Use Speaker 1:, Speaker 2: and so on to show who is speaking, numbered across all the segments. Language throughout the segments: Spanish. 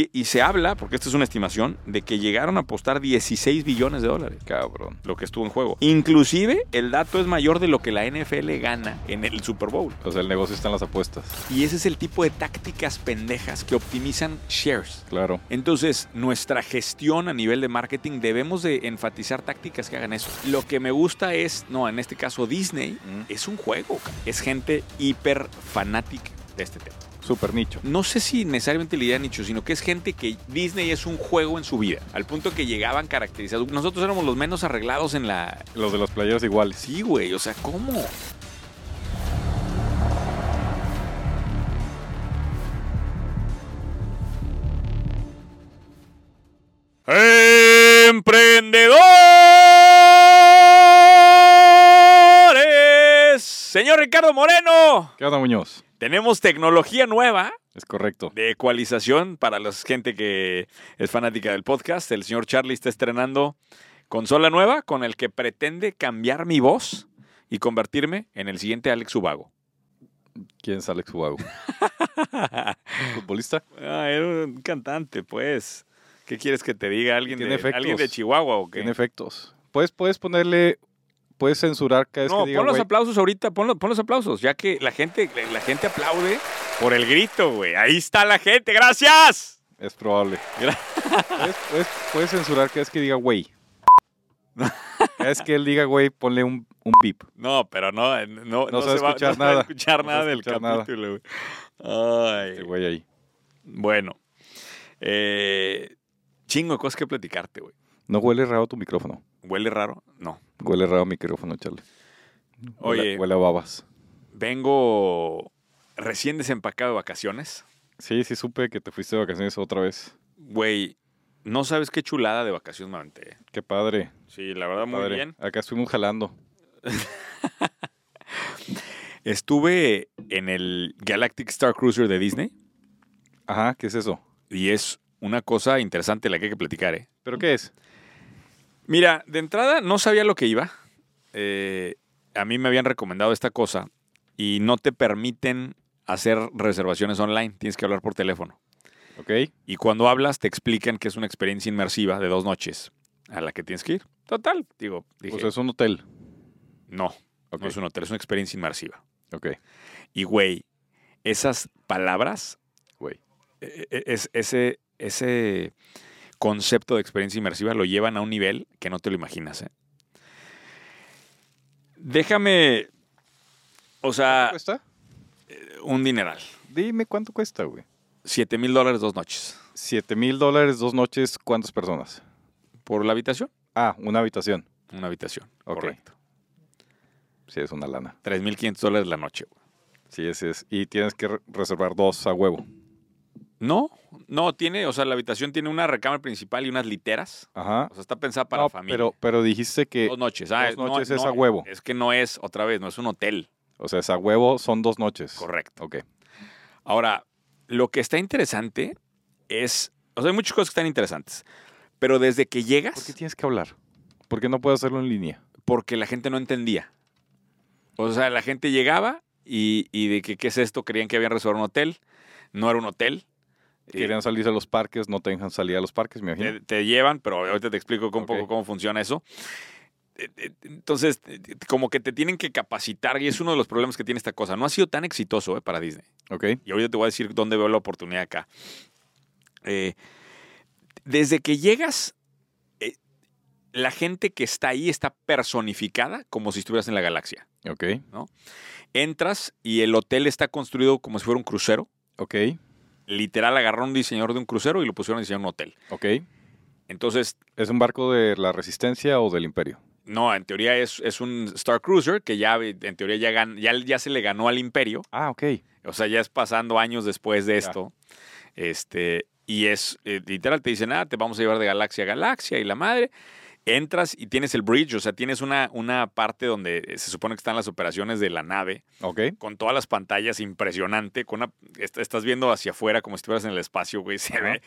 Speaker 1: Y, y se habla, porque esta es una estimación, de que llegaron a apostar 16 billones de dólares,
Speaker 2: Cabrón.
Speaker 1: lo que estuvo en juego. Inclusive, el dato es mayor de lo que la NFL gana en el Super Bowl.
Speaker 2: O sea, el negocio está en las apuestas.
Speaker 1: Y ese es el tipo de tácticas pendejas que optimizan shares.
Speaker 2: Claro.
Speaker 1: Entonces, nuestra gestión a nivel de marketing debemos de enfatizar tácticas que hagan eso. Lo que me gusta es, no, en este caso Disney,
Speaker 2: Mm.
Speaker 1: es un juego, cabrón. es gente hiper fanática de este tema.
Speaker 2: Super nicho.
Speaker 1: No sé si necesariamente la idea nicho, sino que es gente que Disney es un juego en su vida, al punto que llegaban caracterizados. Nosotros éramos los menos arreglados en la...
Speaker 2: Los de las playeras iguales.
Speaker 1: Sí, güey, o sea, ¿cómo? ¡Emprendedores! Señor Ricardo Moreno,
Speaker 2: ¿Qué onda, Muñoz?
Speaker 1: tenemos tecnología nueva
Speaker 2: Es correcto.
Speaker 1: de ecualización para la gente que es fanática del podcast. El señor Charlie está estrenando consola nueva con el que pretende cambiar mi voz y convertirme en el siguiente Alex Ubago.
Speaker 2: ¿Quién es Alex Ubago? ¿Futbolista?
Speaker 1: Ah, era un cantante, pues. ¿Qué quieres que te diga? ¿Alguien,
Speaker 2: Tiene
Speaker 1: de,
Speaker 2: efectos.
Speaker 1: ¿alguien de Chihuahua o qué?
Speaker 2: Tiene efectos. Puedes, puedes ponerle. Puedes censurar cada vez
Speaker 1: no,
Speaker 2: que diga.
Speaker 1: pon los
Speaker 2: güey.
Speaker 1: aplausos ahorita, pon, lo- pon los aplausos, ya que la gente, la gente aplaude por el grito, güey. Ahí está la gente, gracias.
Speaker 2: Es probable.
Speaker 1: Gra-
Speaker 2: Puedes, puedes- puedes censurar cada vez que diga güey. Cada vez que él diga güey, ponle un, un beep.
Speaker 1: No, pero no, eh, no,
Speaker 2: No se va a
Speaker 1: no
Speaker 2: escuchar
Speaker 1: se va a
Speaker 2: nada.
Speaker 1: escuchar
Speaker 2: No se va a
Speaker 1: nada del
Speaker 2: escuchar nada.
Speaker 1: capítulo, güey. Ay,
Speaker 2: Este güey ahí.
Speaker 1: bueno. Eh, chingo de cosas que platicarte, güey.
Speaker 2: No huele raro tu micrófono.
Speaker 1: ¿Huele raro? No.
Speaker 2: Huele raro mi micrófono, Charlie. Huele-
Speaker 1: Oye,
Speaker 2: Huele a babas.
Speaker 1: vengo recién desempacado de vacaciones.
Speaker 2: Sí, sí supe que te fuiste de vacaciones otra vez.
Speaker 1: Güey, no sabes qué chulada de vacaciones me aventé. ¿eh?
Speaker 2: Qué padre.
Speaker 1: Sí, la verdad, muy
Speaker 2: padre.
Speaker 1: bien.
Speaker 2: Acá estuvimos jalando.
Speaker 1: Estuve en el Galactic Star Cruiser de Disney
Speaker 2: Ajá, ¿qué es eso?
Speaker 1: y es una cosa interesante la que hay que platicar, ¿eh?
Speaker 2: ¿Pero qué es?
Speaker 1: Mira, de entrada no sabía lo que iba. Eh, a mí me habían recomendado esta cosa y no te permiten hacer reservaciones online, tienes que hablar por teléfono.
Speaker 2: ¿Ok?
Speaker 1: Y cuando hablas te explican que es una experiencia inmersiva de dos noches a la que tienes que ir. Total, digo, dije,
Speaker 2: O sea, Pues es un hotel.
Speaker 1: no,
Speaker 2: Ok.
Speaker 1: no es un hotel, es una experiencia inmersiva.
Speaker 2: Ok.
Speaker 1: Y güey, esas palabras,
Speaker 2: Güey.
Speaker 1: e- e- es- ese, ese concepto de experiencia inmersiva lo llevan a un nivel que no te lo imaginas. ¿eh? Déjame, o sea,
Speaker 2: ¿Cuesta?
Speaker 1: un dineral.
Speaker 2: Dime cuánto cuesta, güey.
Speaker 1: 7 mil dólares dos noches
Speaker 2: Siete mil dólares, dos noches, ¿cuántas personas?
Speaker 1: por la habitación.
Speaker 2: Ah, una habitación.
Speaker 1: Una habitación,
Speaker 2: Ok.
Speaker 1: correcto.
Speaker 2: Sí, es una lana.
Speaker 1: 3.500 dólares la noche. güey.
Speaker 2: Sí, ese es. Y tienes que re- reservar dos a huevo.
Speaker 1: No, no tiene, o sea, la habitación tiene una recámara principal y unas literas.
Speaker 2: Ajá.
Speaker 1: O sea, está pensada para
Speaker 2: No,
Speaker 1: familia.
Speaker 2: Pero, pero dijiste que,
Speaker 1: dos noches. Ah,
Speaker 2: dos
Speaker 1: no,
Speaker 2: noches es
Speaker 1: no,
Speaker 2: a huevo.
Speaker 1: Es que no es, otra vez, no es un hotel.
Speaker 2: o sea, es a huevo son dos noches.
Speaker 1: Correcto.
Speaker 2: Ok.
Speaker 1: Ahora, lo que está interesante es. O sea, hay muchas cosas que están interesantes. Pero desde que
Speaker 2: ¿Por qué
Speaker 1: llegas,
Speaker 2: tienes que hablar? ¿Por qué no puedes hacerlo en línea?
Speaker 1: porque la gente no entendía. O sea, la gente llegaba y, y de que qué es esto, creían que habían reservado un hotel. No era un hotel. Eh,
Speaker 2: Querían salirse a los parques, no te dejan salir a los parques, me
Speaker 1: te,
Speaker 2: imagino.
Speaker 1: te llevan, pero ahorita te explico un
Speaker 2: Ok.
Speaker 1: poco cómo funciona eso. Eh, eh, Entonces, eh, como que te tienen que capacitar y es uno de los problemas que tiene esta cosa. No ha sido tan exitoso eh, para Disney.
Speaker 2: Ok.
Speaker 1: Y ahorita te voy a decir dónde veo la oportunidad acá. Eh, desde que llegas, eh, la gente que está ahí está personificada como si estuvieras en la galaxia.
Speaker 2: Ok.
Speaker 1: Entras y el hotel está construido como si fuera un crucero.
Speaker 2: Ok.
Speaker 1: Literal, agarraron un diseñador de un crucero y lo pusieron a diseñar un hotel.
Speaker 2: Ok.
Speaker 1: Entonces,
Speaker 2: ¿Es un barco de la Resistencia o del Imperio?
Speaker 1: no, en teoría es, es un Star Cruiser que ya, eh, en teoría, ya, gan- ya, ya se le ganó al imperio.
Speaker 2: Ah, ok.
Speaker 1: O sea, ya es pasando años después de esto. Este, y es, eh, literal, te dicen, ah, te vamos a llevar de galaxia a galaxia y la madre. Entras y tienes el bridge, o sea, tienes una, una parte donde eh, se supone que están las operaciones de la nave,
Speaker 2: Ok.
Speaker 1: con todas las pantallas impresionante, con una- est- estás viendo hacia afuera como si estuvieras en el espacio, güey, se
Speaker 2: Ajá.
Speaker 1: ve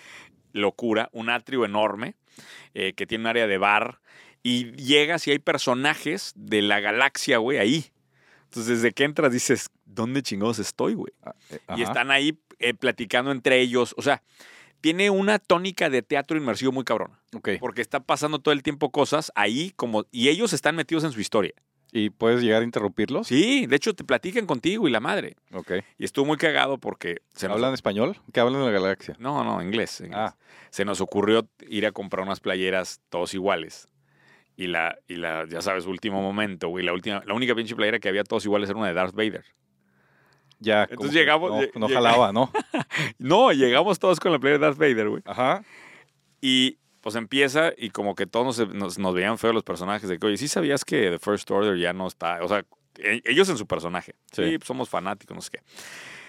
Speaker 1: locura, un atrio enorme eh, que tiene un área de bar y llegas y hay personajes de la galaxia, güey, ahí. Entonces, desde que entras dices, ¿dónde chingados estoy, güey?
Speaker 2: Ah, eh,
Speaker 1: y
Speaker 2: ajá.
Speaker 1: están ahí eh, platicando entre ellos. O sea, tiene una tónica de teatro inmersivo muy cabrona.
Speaker 2: Ok.
Speaker 1: Porque está pasando todo el tiempo cosas ahí como... Y ellos están metidos en su historia.
Speaker 2: ¿Y puedes llegar a interrumpirlos?
Speaker 1: Sí, de hecho te platican contigo y la madre.
Speaker 2: Ok.
Speaker 1: Y estuvo muy cagado porque... Se nos-
Speaker 2: ¿Hablan español? ¿Qué hablan de la galaxia?
Speaker 1: No, no, inglés. inglés.
Speaker 2: Ah,
Speaker 1: Se nos ocurrió ir a comprar unas playeras todos iguales. Y la, y la, ya sabes, último momento, güey. La, última, la única pinche playera que había todos iguales era una de Darth Vader.
Speaker 2: ya.
Speaker 1: Entonces
Speaker 2: como que
Speaker 1: llegamos-
Speaker 2: no-
Speaker 1: lleg-
Speaker 2: No,
Speaker 1: lleg-
Speaker 2: jalaba, ¿no?
Speaker 1: No, llegamos todos con la playera de Darth Vader, güey.
Speaker 2: Ajá.
Speaker 1: Y pues empieza y como que todos nos, nos, nos veían feo los personajes de que, oye, ¿sí sabías que The First Order ya no está? O sea, e- ellos en su personaje.
Speaker 2: Sí.
Speaker 1: Sí, pues, somos fanáticos, no sé qué.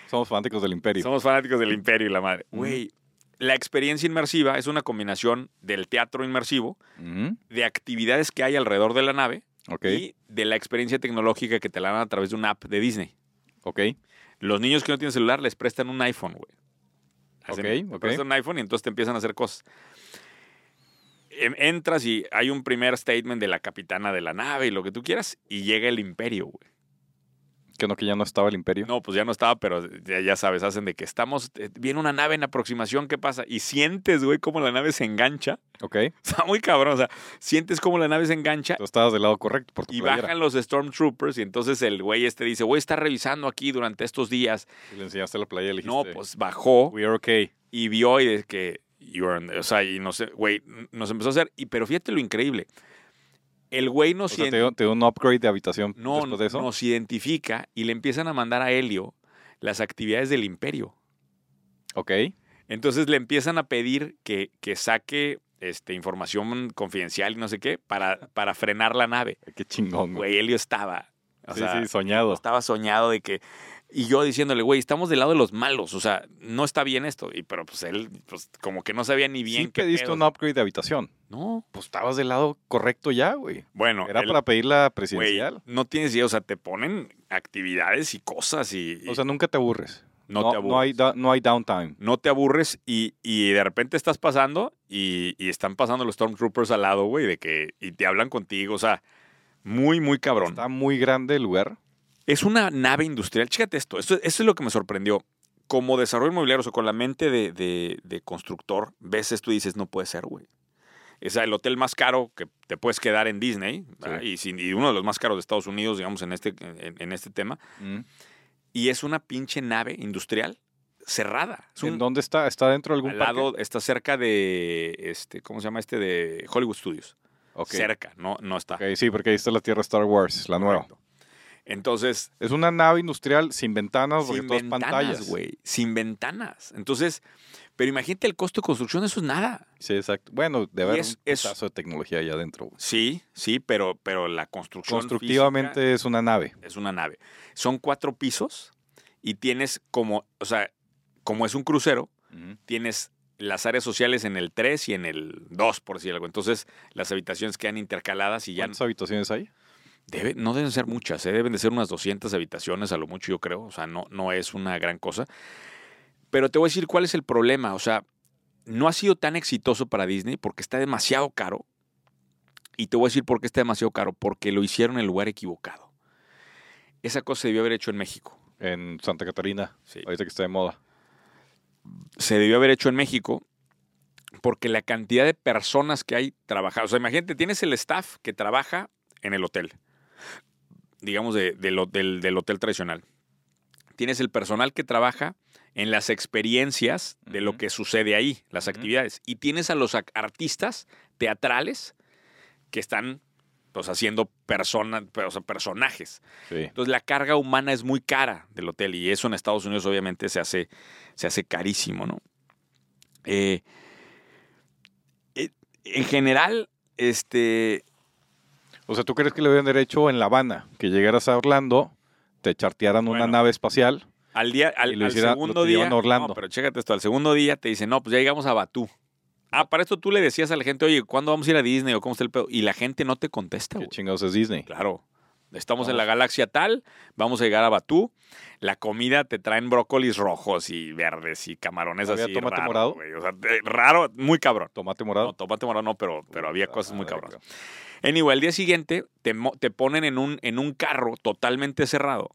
Speaker 2: Somos fanáticos del imperio.
Speaker 1: Somos fanáticos del imperio y la madre.
Speaker 2: Ujú.
Speaker 1: Güey, la experiencia inmersiva es una combinación del teatro inmersivo,
Speaker 2: Ujú,
Speaker 1: de actividades que hay alrededor de la nave
Speaker 2: Ok,
Speaker 1: y de la experiencia tecnológica que te la dan a través de una app de Disney.
Speaker 2: ok.
Speaker 1: Los niños que no tienen celular les prestan un iPhone, güey. Hacen-
Speaker 2: Ok,
Speaker 1: Te
Speaker 2: ok.
Speaker 1: prestan un iPhone y entonces te empiezan a hacer cosas. Em- Entras y hay un primer statement de la capitana de la nave y lo que tú quieras, y llega el imperio, güey.
Speaker 2: Que no, que ya no estaba el imperio.
Speaker 1: No, pues ya no estaba, pero ya, ya sabes, hacen de que estamos, eh, viene una nave en aproximación, ¿qué pasa? Y sientes, güey, cómo la nave se engancha.
Speaker 2: Ok. Tú
Speaker 1: Está muy cabrón, o sea, sientes cómo la nave se engancha
Speaker 2: estabas del lado correcto por tu
Speaker 1: y
Speaker 2: playera.
Speaker 1: bajan los Stormtroopers y entonces el güey este dice, güey, está revisando aquí durante estos días.
Speaker 2: Y le enseñaste la playa y le
Speaker 1: No,
Speaker 2: dijiste,
Speaker 1: pues bajó.
Speaker 2: We are okay.
Speaker 1: y vio y de que, you are in the-" o sea, y no sé, güey, nos empezó a hacer, y, pero fíjate lo increíble, el güey
Speaker 2: O
Speaker 1: nos,
Speaker 2: sea,
Speaker 1: ident-
Speaker 2: te, dio- te dio un upgrade de habitación
Speaker 1: no,
Speaker 2: después de eso.
Speaker 1: nos identifica y le empiezan a mandar a Helio las actividades del imperio.
Speaker 2: Ok.
Speaker 1: Entonces le empiezan a pedir que, que saque este, información confidencial y no sé qué para, para frenar la nave.
Speaker 2: Qué chingón, güey.
Speaker 1: Güey, Helio estaba, o
Speaker 2: sí,
Speaker 1: sea,
Speaker 2: sí, soñado.
Speaker 1: estaba soñado de que... Y yo diciéndole, güey, estamos del lado de los malos, o sea, no está bien esto. Y, pero pues él, pues como que no sabía ni bien
Speaker 2: sí
Speaker 1: qué
Speaker 2: pediste
Speaker 1: pedo.
Speaker 2: un upgrade de habitación.
Speaker 1: No.
Speaker 2: Pues estabas del lado correcto ya, güey.
Speaker 1: Bueno,
Speaker 2: Era
Speaker 1: el-
Speaker 2: para pedir la
Speaker 1: güey,
Speaker 2: presidencial.
Speaker 1: no tienes idea, o sea, te ponen actividades y cosas y, y
Speaker 2: O sea, nunca te aburres.
Speaker 1: no, te aburres.
Speaker 2: No
Speaker 1: No,
Speaker 2: hay, da- no hay downtime.
Speaker 1: te aburres y, y de repente estás pasando y, y están pasando los Stormtroopers al lado, güey, de que y te hablan contigo, o sea, muy, muy cabrón.
Speaker 2: Está muy grande el lugar.
Speaker 1: Es una nave industrial, chécate esto, esto, esto es lo que me sorprendió. Como desarrollo inmobiliario, o sea, con la mente de, de- de constructor, ves esto y dices, no puede ser, güey. Es el hotel más caro que te puedes quedar en Disney ¿verdad?
Speaker 2: Sí.
Speaker 1: y, sin- y uno de los más caros de Estados Unidos, digamos, en este, en- en este tema.
Speaker 2: Mm.
Speaker 1: y es una pinche nave industrial cerrada. Es
Speaker 2: ¿En
Speaker 1: un,
Speaker 2: dónde está? ¿Está dentro de algún
Speaker 1: al lado, está cerca de, este, ¿cómo se llama este? De Hollywood Studios.
Speaker 2: parque? Ok.
Speaker 1: Cerca, no, no está.
Speaker 2: Ok, sí, porque ahí está la Tierra Star Wars, la nueva.
Speaker 1: Correcto. Entonces,
Speaker 2: Es una nave industrial sin ventanas, porque
Speaker 1: sin
Speaker 2: todas
Speaker 1: ventanas,
Speaker 2: pantallas.
Speaker 1: güey. Sin ventanas. Entonces, pero imagínate el costo de construcción, eso es nada.
Speaker 2: Sí, exacto. Bueno,
Speaker 1: Y
Speaker 2: de haber
Speaker 1: es-
Speaker 2: un
Speaker 1: es-
Speaker 2: pedazo de tecnología allá adentro. güey.
Speaker 1: Sí, sí, pero, pero la construcción
Speaker 2: Constructivamente
Speaker 1: física
Speaker 2: es una nave.
Speaker 1: es una nave. Son cuatro pisos y tienes como, o sea, como es un crucero, tienes las áreas sociales en el 3 y en el 2, por decir algo. Entonces, las habitaciones quedan intercaladas y ya...
Speaker 2: ¿Cuántas habitaciones hay?
Speaker 1: Debe- no deben ser muchas, ¿eh? deben de ser unas 200 habitaciones a lo mucho, yo creo. O sea, no, no es una gran cosa. Pero te voy a decir cuál es el problema. O sea, no ha sido tan exitoso para Disney porque está demasiado caro. Y te voy a decir por qué está demasiado caro. Porque lo hicieron en el lugar equivocado. Esa cosa se debió haber hecho en México.
Speaker 2: En Santa Catarina,
Speaker 1: Sí.
Speaker 2: ahorita que está de moda.
Speaker 1: se debió haber hecho en México porque la cantidad de personas que hay trabajando, o sea, imagínate, tienes el staff que trabaja en el hotel, digamos de- del ho- del- del hotel tradicional. Tienes el personal que trabaja en las experiencias de lo
Speaker 2: Ujú.
Speaker 1: que sucede ahí, las
Speaker 2: Ujú.
Speaker 1: actividades. Y tienes a los ac- artistas teatrales que están pues, haciendo persona, o sea, personajes.
Speaker 2: Sí.
Speaker 1: Entonces la carga humana es muy cara del hotel y eso en Estados Unidos obviamente se hace, se hace carísimo, ¿no? Eh, eh, en general, este,
Speaker 2: O sea, ¿tú crees que le hubieran derecho en La Habana que llegaras a Orlando, te chartearan
Speaker 1: Bueno.
Speaker 2: una nave espacial?
Speaker 1: al día, al,
Speaker 2: Y lo
Speaker 1: al
Speaker 2: hiciera- lo
Speaker 1: segundo día,
Speaker 2: tuvieron en Orlando.
Speaker 1: no, pero chécate esto, al segundo día te dicen, no, pues ya llegamos a Batú. Ah, para esto tú le decías a la gente, oye, ¿cuándo vamos a ir a Disney o cómo está el pedo? Y la gente no te contesta,
Speaker 2: ¿Qué
Speaker 1: güey.
Speaker 2: chingados es Disney?
Speaker 1: Claro. Estamos en
Speaker 2: Vamos.
Speaker 1: la galaxia tal, vamos a llegar a Batú. La comida te traen brócolis rojos y verdes y camarones
Speaker 2: ¿Había
Speaker 1: así.
Speaker 2: tomate
Speaker 1: raro,
Speaker 2: morado?
Speaker 1: güey. O sea, de- raro, muy cabrón.
Speaker 2: Tomate
Speaker 1: No,
Speaker 2: morado. Ah,
Speaker 1: tomate morado no, pero, pero había
Speaker 2: Puta
Speaker 1: cosas muy
Speaker 2: madre,
Speaker 1: cabronas. Anyway, al día siguiente te, mo- te ponen en un, en un carro totalmente cerrado.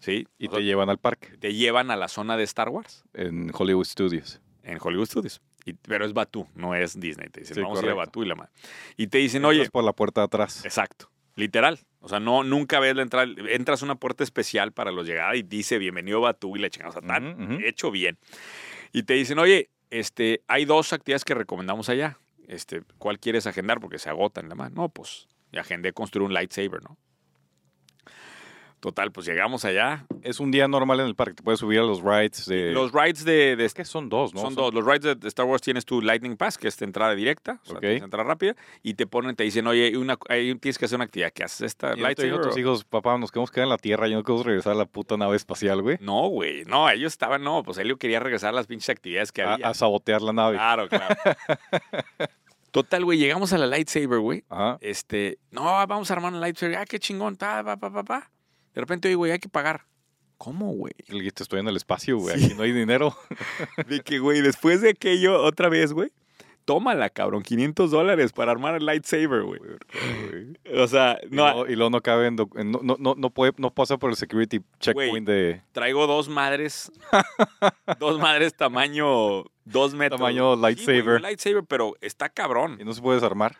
Speaker 1: ¿Sí?
Speaker 2: Y
Speaker 1: O sea,
Speaker 2: te llevan al parque,
Speaker 1: te llevan a la zona de Star Wars.
Speaker 2: en Hollywood Studios.
Speaker 1: en Hollywood Studios. Y- pero es Batú, no es Disney. Te dicen,
Speaker 2: Sí,
Speaker 1: vamos a ir a
Speaker 2: correcto.
Speaker 1: Batú y la madre. Y te dicen, oye,
Speaker 2: Entras por la puerta de atrás.
Speaker 1: Exacto. Literal. O sea, no, nunca ves la entrada. Entras a una puerta especial para los llegados y dice bienvenido Batú y la chingada. O sea, está
Speaker 2: Ujú, ujú.
Speaker 1: hecho bien. Y te dicen, oye, este, hay dos actividades que recomendamos allá. Este, ¿Cuál quieres agendar? Porque se agotan la mano. No, pues, y agendé construir un lightsaber, ¿no? Total, pues llegamos allá.
Speaker 2: Es un día normal en el parque. Te puedes subir a los rides de.
Speaker 1: Los rides de, de
Speaker 2: Es que son dos, ¿no?
Speaker 1: Son dos. Los rides de- de Star Wars tienes tu Lightning Pass, que es tu entrada directa, o sea,
Speaker 2: Ok.
Speaker 1: tienes entrada rápida, y te ponen, te dicen, oye, una, ahí tienes que hacer una actividad. ¿Qué haces esta?
Speaker 2: Y no te digo a
Speaker 1: lightsaber
Speaker 2: tus
Speaker 1: o-
Speaker 2: hijos, papá, nos queremos quedar en la Tierra, yo no quiero regresar a la puta nave espacial, güey.
Speaker 1: No, güey. No, ellos estaban, no, pues Helio quería regresar a las pinches actividades que
Speaker 2: A,
Speaker 1: había.
Speaker 2: a sabotear la nave.
Speaker 1: claro, claro. Total, güey, llegamos a la lightsaber, güey.
Speaker 2: Ajá.
Speaker 1: Este, no, vamos a armar una lightsaber. Ah, qué chingón, ta, pa, pa, pa, pa. De repente, oye, güey, hay que pagar. ¿Cómo, güey?
Speaker 2: Y le dijiste, estoy en el espacio, güey.
Speaker 1: Sí.
Speaker 2: Aquí no hay dinero.
Speaker 1: De que, güey, después de aquello, otra vez, güey, tómala, cabrón, 500 dólares para armar el lightsaber, güey. O sea,
Speaker 2: Y
Speaker 1: no,
Speaker 2: luego- y luego no cabe en doc- en- no, no, no, no puede, no pasa por el security checkpoint de
Speaker 1: traigo dos madres. dos madres tamaño dos metros.
Speaker 2: Tamaño
Speaker 1: güey. Sí, güey,
Speaker 2: lightsaber.
Speaker 1: un lightsaber, pero está cabrón.
Speaker 2: y no se puede desarmar.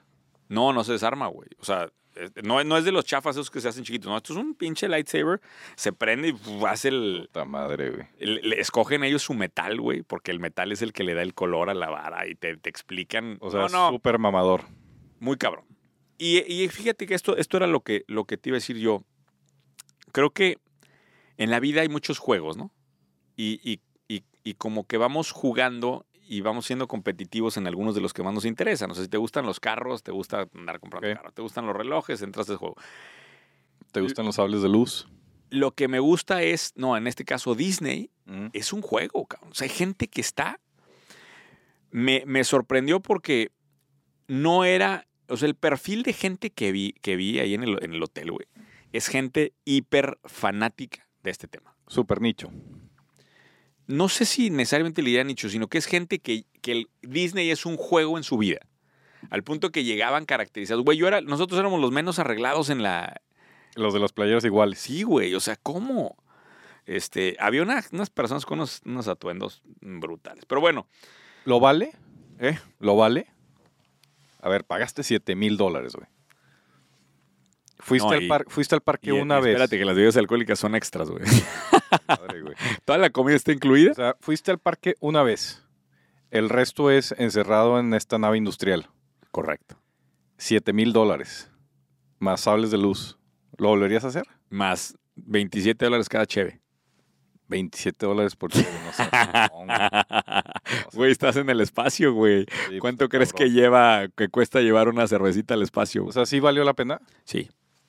Speaker 1: No, no se desarma, güey. O sea, es- no, no es de los chafas esos que se hacen chiquitos. No, esto es un pinche lightsaber. Se prende y uf, hace el...
Speaker 2: Puta madre, güey.
Speaker 1: el- le escogen ellos su metal, güey, porque el metal es el que le da el color a la vara y te, te explican.
Speaker 2: O sea,
Speaker 1: no,
Speaker 2: es
Speaker 1: no,
Speaker 2: súper mamador.
Speaker 1: Muy cabrón. Y, y fíjate que esto, esto era lo que, lo que te iba a decir yo. Creo que en la vida hay muchos juegos, ¿no? Y, y- y- y como que vamos jugando y vamos siendo competitivos en algunos de los que más nos interesan. No sé si te gustan los carros, te gusta andar comprando
Speaker 2: Ok.
Speaker 1: carros, te gustan los relojes, entras al juego.
Speaker 2: ¿Te gustan los sables de luz?
Speaker 1: Lo que me gusta es, no, en este caso Disney, es un juego, cabrón. O sea, hay gente que está. Me, me sorprendió porque no era. O sea, el perfil de gente que vi, que vi ahí en el, en el hotel, güey, es gente hiper fanática de este tema.
Speaker 2: Súper nicho.
Speaker 1: No sé si necesariamente le dirán nicho, sino que es gente que, que el Disney es un juego en su vida. Al punto que llegaban caracterizados. Güey, yo era, nosotros éramos los menos arreglados en la,
Speaker 2: Los de los playeros iguales.
Speaker 1: Sí, güey, o sea, ¿cómo? Este, había una- unas personas con unos, unos atuendos brutales. Pero bueno,
Speaker 2: ¿Lo vale? ¿Eh? ¿Lo vale? A ver, pagaste 7 mil dólares, güey. Fuiste,
Speaker 1: No,
Speaker 2: al
Speaker 1: y-
Speaker 2: par- fuiste al parque
Speaker 1: y- eh,
Speaker 2: una
Speaker 1: y
Speaker 2: vez.
Speaker 1: Espérate, que las bebidas alcohólicas son extras, güey.
Speaker 2: Madre, güey.
Speaker 1: ¿Toda la comida está incluida?
Speaker 2: O sea, fuiste al parque una vez. El resto es encerrado en esta nave industrial.
Speaker 1: Correcto.
Speaker 2: 7 mil dólares. Más sables de luz. ¿Lo volverías a hacer?
Speaker 1: Más 27 dólares cada cheve.
Speaker 2: 27 dólares por chile. No seas mamón, güey. O sea,
Speaker 1: Güey, estás en el espacio, güey.
Speaker 2: sí, pues,
Speaker 1: ¿Cuánto
Speaker 2: está
Speaker 1: crees que
Speaker 2: cabrón.
Speaker 1: lleva, que cuesta llevar una cervecita al espacio?
Speaker 2: O
Speaker 1: güey?
Speaker 2: sea, ¿sí valió la pena?
Speaker 1: Sí,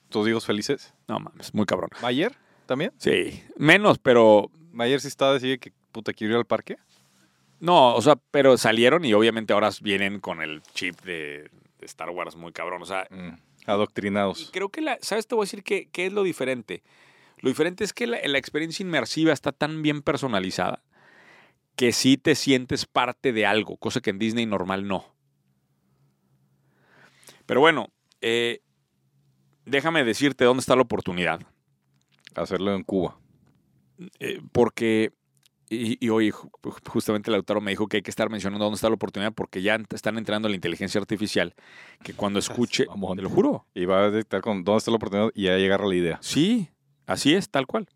Speaker 2: ¿Tus hijos felices?
Speaker 1: no mames, muy cabrón.
Speaker 2: ¿Mayer también?
Speaker 1: Sí, menos, pero
Speaker 2: ¿Mayer sí está decide que puta quiero ir al parque?
Speaker 1: No, o sea, pero salieron y obviamente ahora vienen con el chip de, de Star Wars muy cabrón. O sea, y
Speaker 2: Adoctrinados.
Speaker 1: creo que la. ¿Sabes? Te voy a decir que, que es lo diferente. Lo diferente es que la, la experiencia inmersiva está tan bien personalizada que sí te sientes parte de algo, cosa que en Disney normal no. Pero bueno, eh, déjame decirte dónde está la oportunidad.
Speaker 2: Hacerlo en Cuba.
Speaker 1: Eh, porque, y, y hoy ju- justamente Lautaro me dijo que hay que estar mencionando dónde está la oportunidad porque ya ent- están entrando en la inteligencia artificial, que cuando escuche,
Speaker 2: mamón.
Speaker 1: te lo juro,
Speaker 2: Y va a detectar con dónde está la oportunidad y a llegar a la idea.
Speaker 1: sí, así es, tal cual.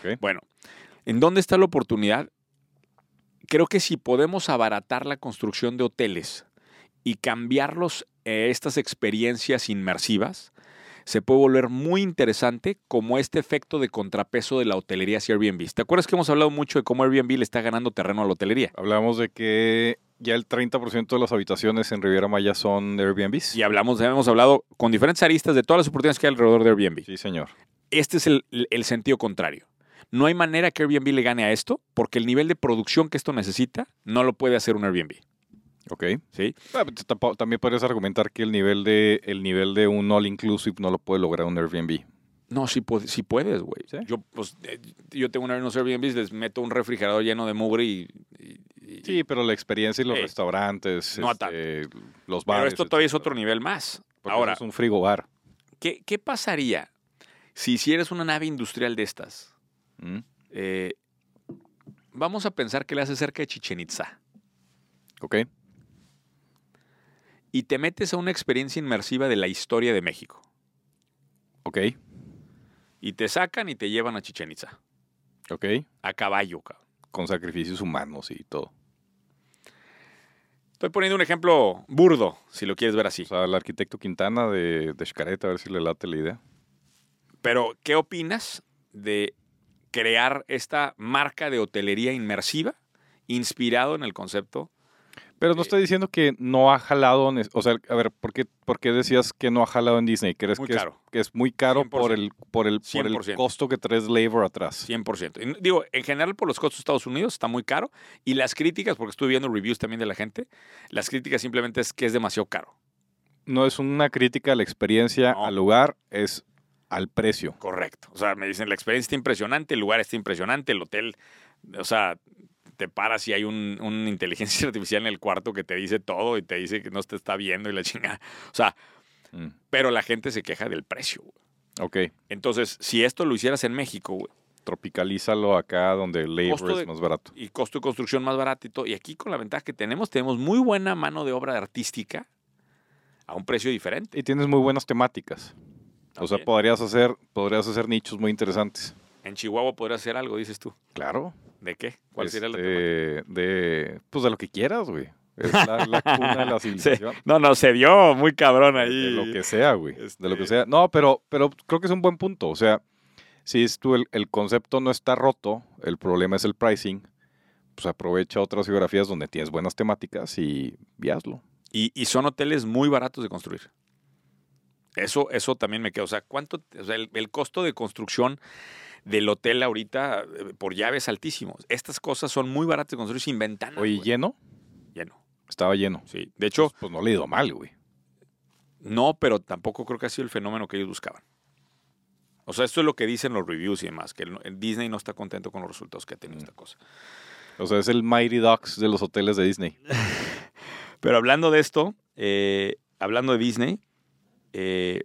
Speaker 2: Ok.
Speaker 1: Bueno, ¿en dónde está la oportunidad? Creo que si podemos abaratar la construcción de hoteles y cambiarlos eh, estas experiencias inmersivas, se puede volver muy interesante como este efecto de contrapeso de la hotelería hacia Airbnb. ¿Te acuerdas que hemos hablado mucho de cómo Airbnb le está ganando terreno a la hotelería?
Speaker 2: Hablamos de que ya el 30% de las habitaciones en Riviera Maya son Airbnbs.
Speaker 1: Y hablamos, hemos hablado con diferentes aristas de todas las oportunidades que hay alrededor de Airbnb.
Speaker 2: Sí, señor.
Speaker 1: Este es el, el sentido contrario. No hay manera que Airbnb le gane a esto porque el nivel de producción que esto necesita no lo puede hacer un Airbnb.
Speaker 2: Ok.
Speaker 1: ¿sí?
Speaker 2: Ah, pero tampo- También podrías argumentar que el nivel de, el nivel de un all inclusive no lo puede lograr un Airbnb.
Speaker 1: No, sí, puede- sí puedes, güey.
Speaker 2: ¿Sí?
Speaker 1: Yo, pues, eh, yo tengo una- unos Airbnbs, les meto un refrigerador lleno de mugre y... y- y-
Speaker 2: Sí, pero la experiencia y los
Speaker 1: Ey.
Speaker 2: restaurantes,
Speaker 1: No
Speaker 2: este, los bares.
Speaker 1: pero esto todavía es
Speaker 2: etcétera.
Speaker 1: otro nivel más.
Speaker 2: Porque
Speaker 1: Ahora,
Speaker 2: eso es un frigo bar.
Speaker 1: ¿qué, qué pasaría si hicieras una nave industrial de estas?
Speaker 2: ¿Mm?
Speaker 1: Eh, vamos a pensar que le hace cerca de Chichen Itza.
Speaker 2: Ok.
Speaker 1: y te metes a una experiencia inmersiva de la historia de México.
Speaker 2: Ok.
Speaker 1: Y te sacan y te llevan a Chichen Itza.
Speaker 2: Ok.
Speaker 1: A caballo, cabrón.
Speaker 2: Con sacrificios humanos y todo.
Speaker 1: Estoy poniendo un ejemplo burdo, si lo quieres ver así.
Speaker 2: O sea, el arquitecto Quintana de, de Xcareta, a ver si le late la idea.
Speaker 1: Pero, ¿qué opinas de crear esta marca de hotelería inmersiva inspirado en el concepto?
Speaker 2: Pero no
Speaker 1: Eh,
Speaker 2: estoy diciendo que no ha jalado, en es- o sea, a ver, ¿por qué, por qué decías que no ha jalado en Disney? ¿Crees
Speaker 1: Muy
Speaker 2: que, es-
Speaker 1: caro.
Speaker 2: que Es, muy caro por
Speaker 1: 100%.
Speaker 2: el, por el, por el
Speaker 1: 100%.
Speaker 2: costo que traes labor atrás?
Speaker 1: 100%. Y n- Digo, en general por los costos de Estados Unidos está muy caro y las críticas, porque estuve viendo reviews también de la gente, las críticas simplemente es que es demasiado caro.
Speaker 2: No es una crítica a la experiencia,
Speaker 1: No.
Speaker 2: al lugar, es al precio.
Speaker 1: Correcto. O sea, me dicen, la experiencia está impresionante, el lugar está impresionante, el hotel, o sea, te paras y hay un- una inteligencia artificial en el cuarto que te dice todo y te dice que no te está viendo y la chingada. O sea,
Speaker 2: Mm,
Speaker 1: pero la gente se queja del precio. güey.
Speaker 2: Ok,
Speaker 1: Entonces, si esto lo hicieras en México, güey,
Speaker 2: tropicalízalo acá donde el labor
Speaker 1: Costo
Speaker 2: es
Speaker 1: de-
Speaker 2: más barato.
Speaker 1: y costo de construcción más barato y todo, y aquí con la ventaja que tenemos, tenemos muy buena mano de obra artística a un precio diferente.
Speaker 2: Y tienes muy buenas temáticas. O sea,
Speaker 1: También.
Speaker 2: podrías hacer, podrías hacer nichos muy interesantes.
Speaker 1: En Chihuahua podrías hacer algo, dices tú.
Speaker 2: Claro.
Speaker 1: ¿De qué? ¿Cuál sería la
Speaker 2: Este,
Speaker 1: temática?
Speaker 2: de, Pues de lo que quieras, güey. Es la, la cuna de la
Speaker 1: Se-
Speaker 2: civilización.
Speaker 1: no, no, se vio muy cabrón ahí.
Speaker 2: De lo que sea, güey. De lo que
Speaker 1: Este-
Speaker 2: sea. No, pero, pero creo que es un buen punto. O sea, si es tú, el, el concepto no está roto, el problema es el pricing, pues aprovecha otras geografías donde tienes buenas temáticas y, y hazlo.
Speaker 1: Y, y son hoteles muy baratos de construir. Eso, eso también me queda. O sea, ¿cuánto, o sea, el, el costo de construcción del hotel ahorita eh, por llave es altísimo. Estas cosas son muy baratas de construir sin ventanas.
Speaker 2: Oye,
Speaker 1: güey.
Speaker 2: ¿lleno?
Speaker 1: lleno.
Speaker 2: Estaba lleno.
Speaker 1: Sí. De hecho,
Speaker 2: Pues no le he ido mal, güey.
Speaker 1: no, pero tampoco creo que ha sido el fenómeno que ellos buscaban. O sea, esto es lo que dicen los reviews y demás, que el- el Disney no está contento con los resultados que ha tenido
Speaker 2: Mm.
Speaker 1: esta cosa.
Speaker 2: O sea, es el Mighty Ducks de los hoteles de Disney.
Speaker 1: Pero hablando de esto, eh, hablando de Disney, eh,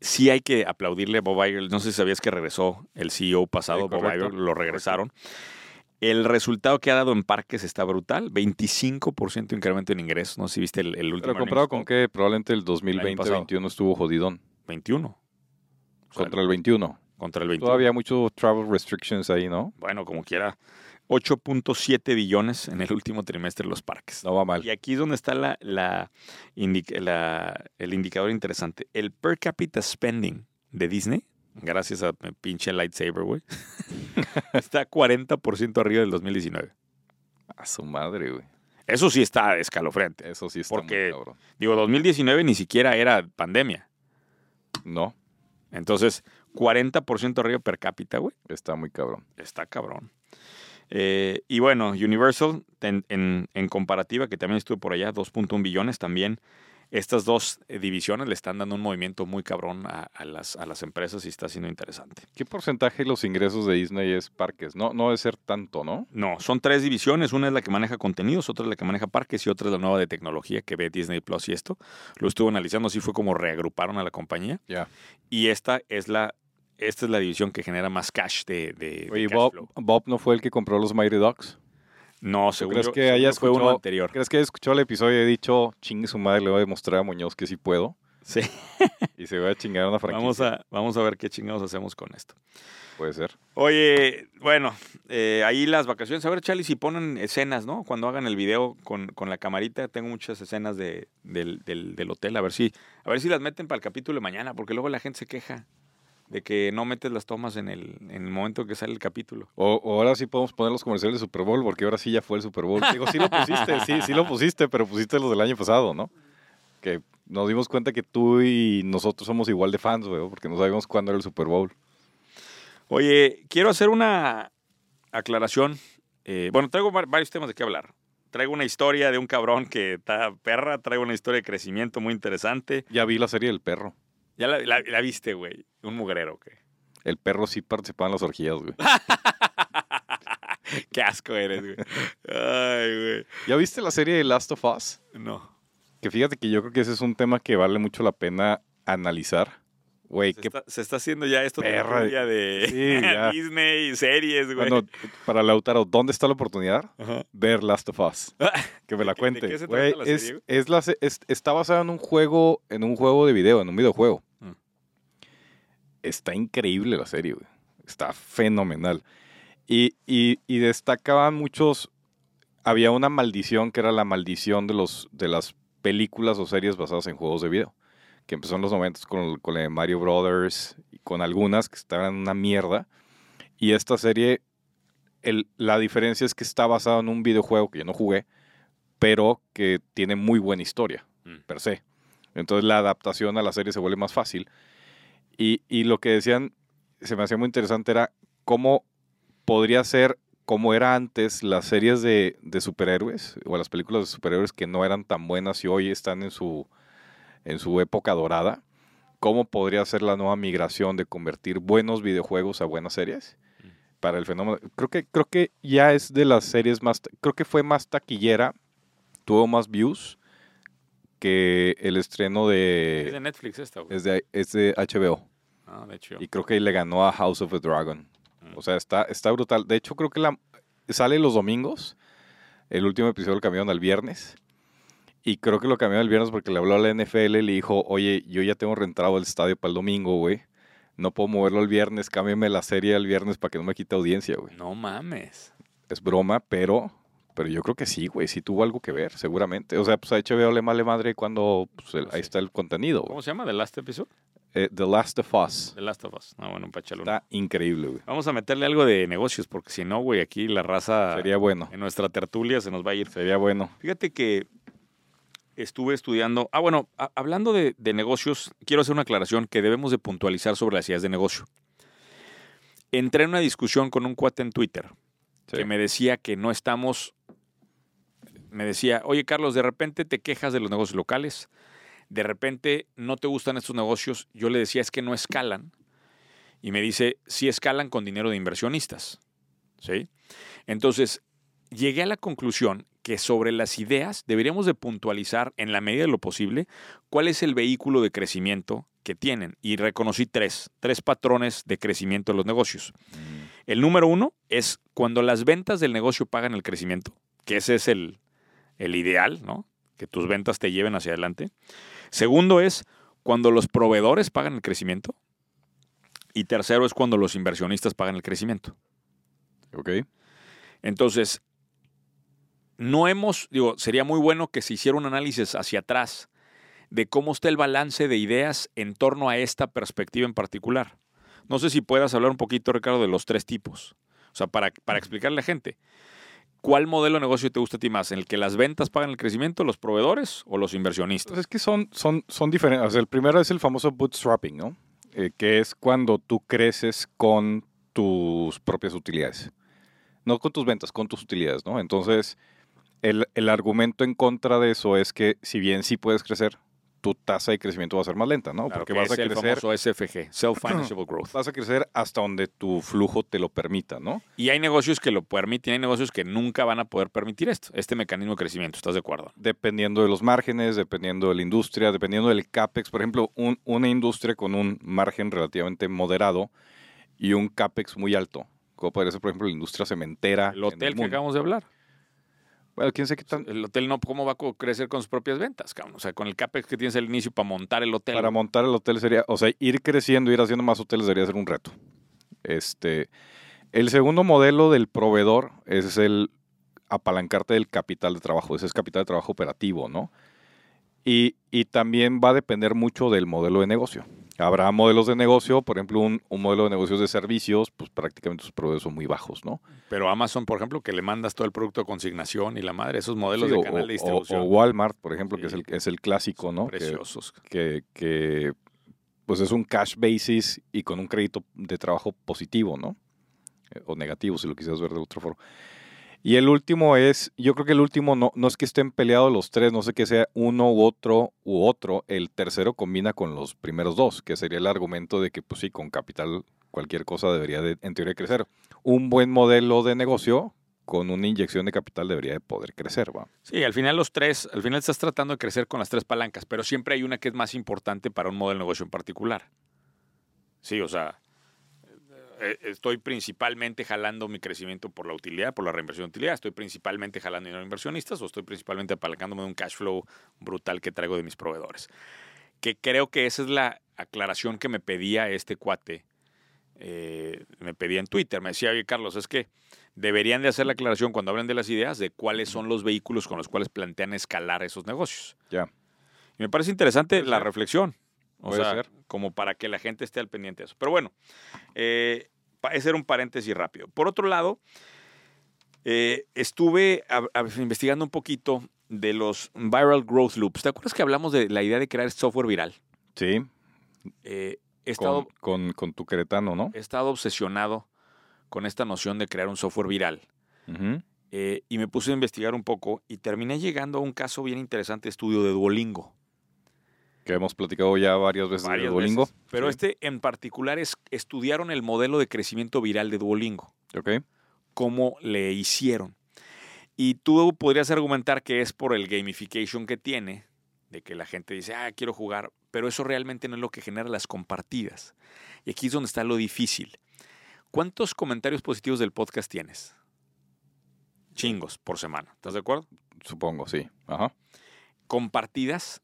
Speaker 1: sí hay que aplaudirle a Bob Iger. No sé si sabías que regresó el CEO pasado,
Speaker 2: Sí,
Speaker 1: Bob
Speaker 2: correcto,
Speaker 1: Iger, lo regresaron. El resultado que ha dado en parques está brutal, 25% incremento en ingresos. No sé si viste el, el último.
Speaker 2: Pero comparado
Speaker 1: earnings
Speaker 2: con que probablemente el
Speaker 1: pasado.
Speaker 2: 2020-21 estuvo jodidón.
Speaker 1: call, 21. O sea,
Speaker 2: Contra el 21.
Speaker 1: contra el 21.
Speaker 2: Todavía muchos travel restrictions ahí, ¿no?
Speaker 1: Bueno, como quiera. 8.7 billones en el último trimestre de los parques.
Speaker 2: No va mal.
Speaker 1: Y aquí es donde está la, la indica- la- el indicador interesante. El per capita spending de Disney, gracias a mi pinche lightsaber, güey, está 40% arriba del 2019.
Speaker 2: A su madre, güey.
Speaker 1: Eso sí está escalofriante.
Speaker 2: Eso sí está
Speaker 1: Porque-
Speaker 2: muy cabrón.
Speaker 1: Digo, 2019 ni siquiera era pandemia.
Speaker 2: No,
Speaker 1: Entonces, 40% arriba per cápita, güey.
Speaker 2: está muy cabrón.
Speaker 1: Está cabrón. Eh, y bueno, Universal, en, en- en comparativa, que también estuve por allá, 2.1 billones también. Estas dos eh, divisiones le están dando un movimiento muy cabrón a, a las, a las empresas y está siendo interesante.
Speaker 2: ¿Qué porcentaje de los ingresos de Disney es parques? No, no debe ser tanto, ¿no?
Speaker 1: No, son tres divisiones. Una es la que maneja contenidos, otra es la que maneja parques y otra es la nueva de tecnología que ve Disney Plus y esto. Lo estuve analizando, así fue como reagruparon a la compañía.
Speaker 2: Ya.
Speaker 1: Y esta es la, esta es la división que genera más cash de, de- de
Speaker 2: Oye,
Speaker 1: cash
Speaker 2: Bob,
Speaker 1: flow.
Speaker 2: Bob no fue el que compró los Mighty Ducks.
Speaker 1: No, según
Speaker 2: crees
Speaker 1: yo-
Speaker 2: que
Speaker 1: según
Speaker 2: haya
Speaker 1: yo fue uno
Speaker 2: escuchado-
Speaker 1: anterior.
Speaker 2: ¿Crees que escuchó el episodio y he dicho, chingue su madre, le voy a demostrar a Muñoz que sí puedo?
Speaker 1: Sí.
Speaker 2: Y se va a chingar una franquicia.
Speaker 1: Vamos a, vamos a ver qué chingados hacemos con esto.
Speaker 2: Puede ser.
Speaker 1: Oye, bueno, eh, ahí las vacaciones. A ver, Charlie, si ponen escenas, ¿no? Cuando hagan el video con, con la camarita, tengo muchas escenas de, del, del- del hotel. A ver si, a ver si las meten para el capítulo de mañana, porque luego la gente se queja de que no metes las tomas en el, en el momento que sale el capítulo.
Speaker 2: O, o ahora sí podemos poner los comerciales del Super Bowl, porque ahora sí ya fue el Super Bowl. Digo, sí lo pusiste, sí, sí lo pusiste, pero pusiste los del año pasado, ¿no? Que nos dimos cuenta que tú y nosotros somos igual de fans, güey, porque no sabíamos cuándo era el Super Bowl.
Speaker 1: Oye, quiero hacer una aclaración. Eh, bueno, traigo var- varios temas de qué hablar. Traigo una historia de un cabrón que está perra, traigo una historia de crecimiento muy interesante.
Speaker 2: Ya vi la serie del perro.
Speaker 1: Ya la, la- la viste, güey. Un mugrero, que
Speaker 2: El perro sí participaba en las orgías, güey.
Speaker 1: Qué asco eres, güey. Ay,
Speaker 2: ¿Ya viste la serie de Last of Us?
Speaker 1: güey. No.
Speaker 2: Que fíjate que yo creo que ese es un tema que vale mucho la pena analizar. Güey,
Speaker 1: Se,
Speaker 2: qué
Speaker 1: está, se está haciendo ya esto
Speaker 2: Perra.
Speaker 1: tertulia de
Speaker 2: Sí, ya.
Speaker 1: Disney y series, güey.
Speaker 2: Bueno, eh, para Lautaro, ¿dónde está la oportunidad?
Speaker 1: Ajá.
Speaker 2: Ver Last of Us. Que me la
Speaker 1: ¿De qué- de
Speaker 2: cuente.
Speaker 1: qué se
Speaker 2: Güey,
Speaker 1: trata la
Speaker 2: es-
Speaker 1: serie,
Speaker 2: es la se- es- está basada en un juego, en un juego de video, en un videojuego.
Speaker 1: Mm.
Speaker 2: Está increíble la serie, güey. Está fenomenal. Y, y, y destacaban muchos. Había una maldición que era la maldición de los de las películas o series basadas en juegos de video. Que empezó en los 90 con, con la de Mario Brothers y con algunas que estaban en una mierda. Y esta serie, el- la diferencia es que está basada en un videojuego que yo no jugué, pero que tiene muy buena historia,
Speaker 1: Mm.
Speaker 2: per se. Entonces la adaptación a la serie se vuelve más fácil. Y, y lo que decían, se me hacía muy interesante, era cómo podría ser como era antes las series de, de superhéroes o las películas de superhéroes que no eran tan buenas y hoy están en su, en su época dorada. ¿Cómo podría ser la nueva migración de convertir buenos videojuegos a buenas series? para el fenómeno. Creo que, creo que ya es de las series más. Creo que fue más taquillera, tuvo más views que el estreno
Speaker 1: es de
Speaker 2: de.
Speaker 1: Netflix esta, güey.
Speaker 2: Es de, es de HBO.
Speaker 1: Ah, de hecho.
Speaker 2: Y creo que le ganó a House of the Dragon.
Speaker 1: Mm.
Speaker 2: O sea, está, está brutal. De hecho, creo que la, sale los domingos. El último episodio lo cambiaron al viernes. Y creo que lo cambiaron al viernes porque le habló a la NFL y le dijo, oye, yo ya tengo rentado el estadio para el domingo, güey. No puedo moverlo al viernes, cámbiame la serie al viernes para que no me quite audiencia, güey
Speaker 1: No mames.
Speaker 2: es broma, pero, pero yo creo que sí, güey, sí tuvo algo que ver, seguramente. O sea, pues a HBO le vale madre cuando pues, el-
Speaker 1: Pues
Speaker 2: ahí
Speaker 1: sí.
Speaker 2: está el contenido. güey.
Speaker 1: ¿Cómo se llama? ¿The Last Episode?
Speaker 2: Eh, The Last of Us.
Speaker 1: The Last of Us. Ah, bueno, un pachalón.
Speaker 2: Está increíble, güey.
Speaker 1: Vamos a meterle algo de negocios, porque si no, güey, aquí la raza
Speaker 2: Sería bueno.
Speaker 1: en nuestra tertulia se nos va a ir.
Speaker 2: Sería bueno.
Speaker 1: Fíjate que estuve estudiando. Ah, bueno, a- hablando de, de negocios, quiero hacer una aclaración que debemos de puntualizar sobre las ideas de negocio. Entré en una discusión con un cuate en Twitter
Speaker 2: Sí.
Speaker 1: que me decía que no estamos. Me decía, oye Carlos, de repente te quejas de los negocios locales, de repente no te gustan estos negocios. Yo le decía, es que no escalan. Y me dice, sí escalan con dinero de inversionistas. ¿Sí? Entonces, llegué a la conclusión que sobre las ideas deberíamos de puntualizar en la medida de lo posible cuál es el vehículo de crecimiento que tienen. Y reconocí tres, tres patrones de crecimiento de los negocios.
Speaker 2: Mm,
Speaker 1: El número uno es cuando las ventas del negocio pagan el crecimiento, que ese es el, el ideal, ¿no? Que tus ventas te lleven hacia adelante. Segundo es cuando los proveedores pagan el crecimiento. Y tercero es cuando los inversionistas pagan el crecimiento.
Speaker 2: Ok.
Speaker 1: Entonces, no hemos, digo, sería muy bueno que se hiciera un análisis hacia atrás de cómo está el balance de ideas en torno a esta perspectiva en particular. No sé si puedas hablar un poquito, Ricardo, de los tres tipos. O sea, para, para explicarle a la gente, ¿cuál modelo de negocio te gusta a ti más? ¿En el que las ventas pagan el crecimiento, los proveedores o los inversionistas?
Speaker 2: Pues es que son, son, son diferentes. O sea, el primero es el famoso bootstrapping, ¿no? Eh, que es cuando tú creces con tus propias utilidades. No con tus ventas, con tus utilidades, ¿no? Entonces, el, el argumento en contra de eso es que si bien sí puedes crecer, tu tasa de crecimiento va a ser más lenta, ¿no?
Speaker 1: Claro,
Speaker 2: Porque
Speaker 1: que
Speaker 2: vas a
Speaker 1: es el
Speaker 2: crecer,
Speaker 1: famoso SFG, Self Financeable Growth.
Speaker 2: vas a crecer hasta donde tu flujo te lo permita, ¿no?
Speaker 1: Y hay negocios que lo permiten, hay negocios que nunca van a poder permitir esto, este mecanismo de crecimiento. ¿Estás de acuerdo?
Speaker 2: dependiendo de los márgenes, dependiendo de la industria, dependiendo del CAPEX. Por ejemplo, un- una industria con un margen relativamente moderado y un CAPEX muy alto, como podría ser, por ejemplo, la industria cementera.
Speaker 1: El
Speaker 2: en
Speaker 1: hotel que
Speaker 2: mundo.
Speaker 1: acabamos de hablar.
Speaker 2: Bueno, quién sabe qué tan-
Speaker 1: El hotel no, ¿cómo va a co- crecer con sus propias ventas, cabrón? O sea, con el CAPEX que tienes al inicio para montar el hotel.
Speaker 2: Para montar el hotel sería, o sea, ir creciendo, ir haciendo más hoteles debería ser un reto. Este, el segundo modelo del proveedor es el apalancarte del capital de trabajo, ese es capital de trabajo operativo, ¿no? Y, y también va a depender mucho del modelo de negocio. Habrá modelos de negocio, por ejemplo, un, un modelo de negocios de servicios, pues prácticamente sus proveedores son muy bajos, ¿no?
Speaker 1: Pero Amazon, por ejemplo, que le mandas todo el producto de consignación y la madre, esos modelos
Speaker 2: Sí,
Speaker 1: de
Speaker 2: o-
Speaker 1: canal de
Speaker 2: o-
Speaker 1: distribución.
Speaker 2: O, Walmart, por ejemplo, que es
Speaker 1: Sí.
Speaker 2: el, es el clásico, ¿no? Que-
Speaker 1: Preciosos.
Speaker 2: que, que, pues es un cash basis y con un crédito de trabajo positivo, ¿no? Eh, O negativo, si lo quisieras ver de otra forma. Y el último es, yo creo que el último no, no es que estén peleados los tres, no sé que sea uno u otro u otro, el tercero combina con los primeros dos, que sería el argumento de que pues sí, con capital cualquier cosa debería de, en teoría crecer. Un buen modelo de negocio con una inyección de capital debería de poder crecer, ¿va?
Speaker 1: Sí, al final los tres, al final estás tratando de crecer con las tres palancas, pero siempre hay una que es más importante para un modelo de negocio en particular. Sí, o sea, eh, estoy principalmente jalando mi crecimiento por la utilidad, por la reinversión de utilidad. Estoy principalmente jalando dinero a inversionistas o estoy principalmente apalancándome de un cash flow brutal que traigo de mis proveedores. Que creo que esa es la aclaración que me pedía este cuate. eh, me pedía en Twitter, me decía, oye Carlos, es que deberían de hacer la aclaración cuando hablan de las ideas de cuáles son los vehículos con los cuales plantean escalar esos negocios.
Speaker 2: Ya.
Speaker 1: Y me parece interesante
Speaker 2: Puede
Speaker 1: la
Speaker 2: ser.
Speaker 1: reflexión. O
Speaker 2: Puede
Speaker 1: sea,
Speaker 2: ser.
Speaker 1: como para que la gente esté al pendiente de eso. Pero bueno, eh, pa- ese era un paréntesis rápido. Por otro lado, eh, estuve a- a- investigando un poquito de los viral growth loops. ¿Te acuerdas que hablamos de la idea de crear software viral?
Speaker 2: Sí,
Speaker 1: Eh, he,
Speaker 2: con,
Speaker 1: estado,
Speaker 2: con, con tu queretano, ¿no?
Speaker 1: he estado obsesionado con esta noción de crear un software viral.
Speaker 2: Ujú.
Speaker 1: Eh, y me puse a investigar un poco y terminé llegando a un caso bien interesante, estudio de Duolingo.
Speaker 2: Que hemos platicado ya varias veces de
Speaker 1: varias
Speaker 2: Duolingo.
Speaker 1: veces. Pero
Speaker 2: Sí.
Speaker 1: este en particular es estudiaron el modelo de crecimiento viral de Duolingo,
Speaker 2: Ok.
Speaker 1: cómo le hicieron. Y tú podrías argumentar que es por el gamification que tiene, de que la gente dice, ah, quiero jugar, pero eso realmente no es lo que genera las compartidas. Y aquí es donde está lo difícil. ¿Cuántos comentarios positivos del podcast tienes? Chingos por semana, ¿estás de acuerdo?
Speaker 2: Supongo, sí. Ajá.
Speaker 1: Compartidas,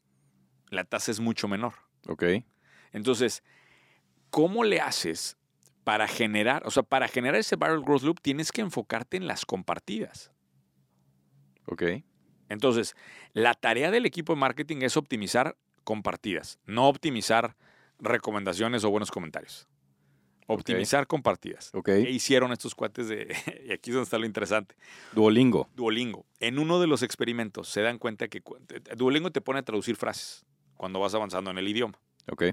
Speaker 1: la tasa es mucho menor.
Speaker 2: Ok.
Speaker 1: Entonces, ¿cómo le haces para generar, o sea, para generar ese viral growth loop tienes que enfocarte en las compartidas?
Speaker 2: Ok.
Speaker 1: Entonces, la tarea del equipo de marketing es optimizar compartidas, no optimizar recomendaciones o buenos comentarios. Optimizar compartidas.
Speaker 2: Ok.
Speaker 1: ¿Qué hicieron estos cuates de y aquí es donde está lo interesante?
Speaker 2: Duolingo.
Speaker 1: Duolingo. En uno de los experimentos se dan cuenta que cu- eh, Duolingo te pone a traducir frases cuando vas avanzando en el idioma.
Speaker 2: Ok.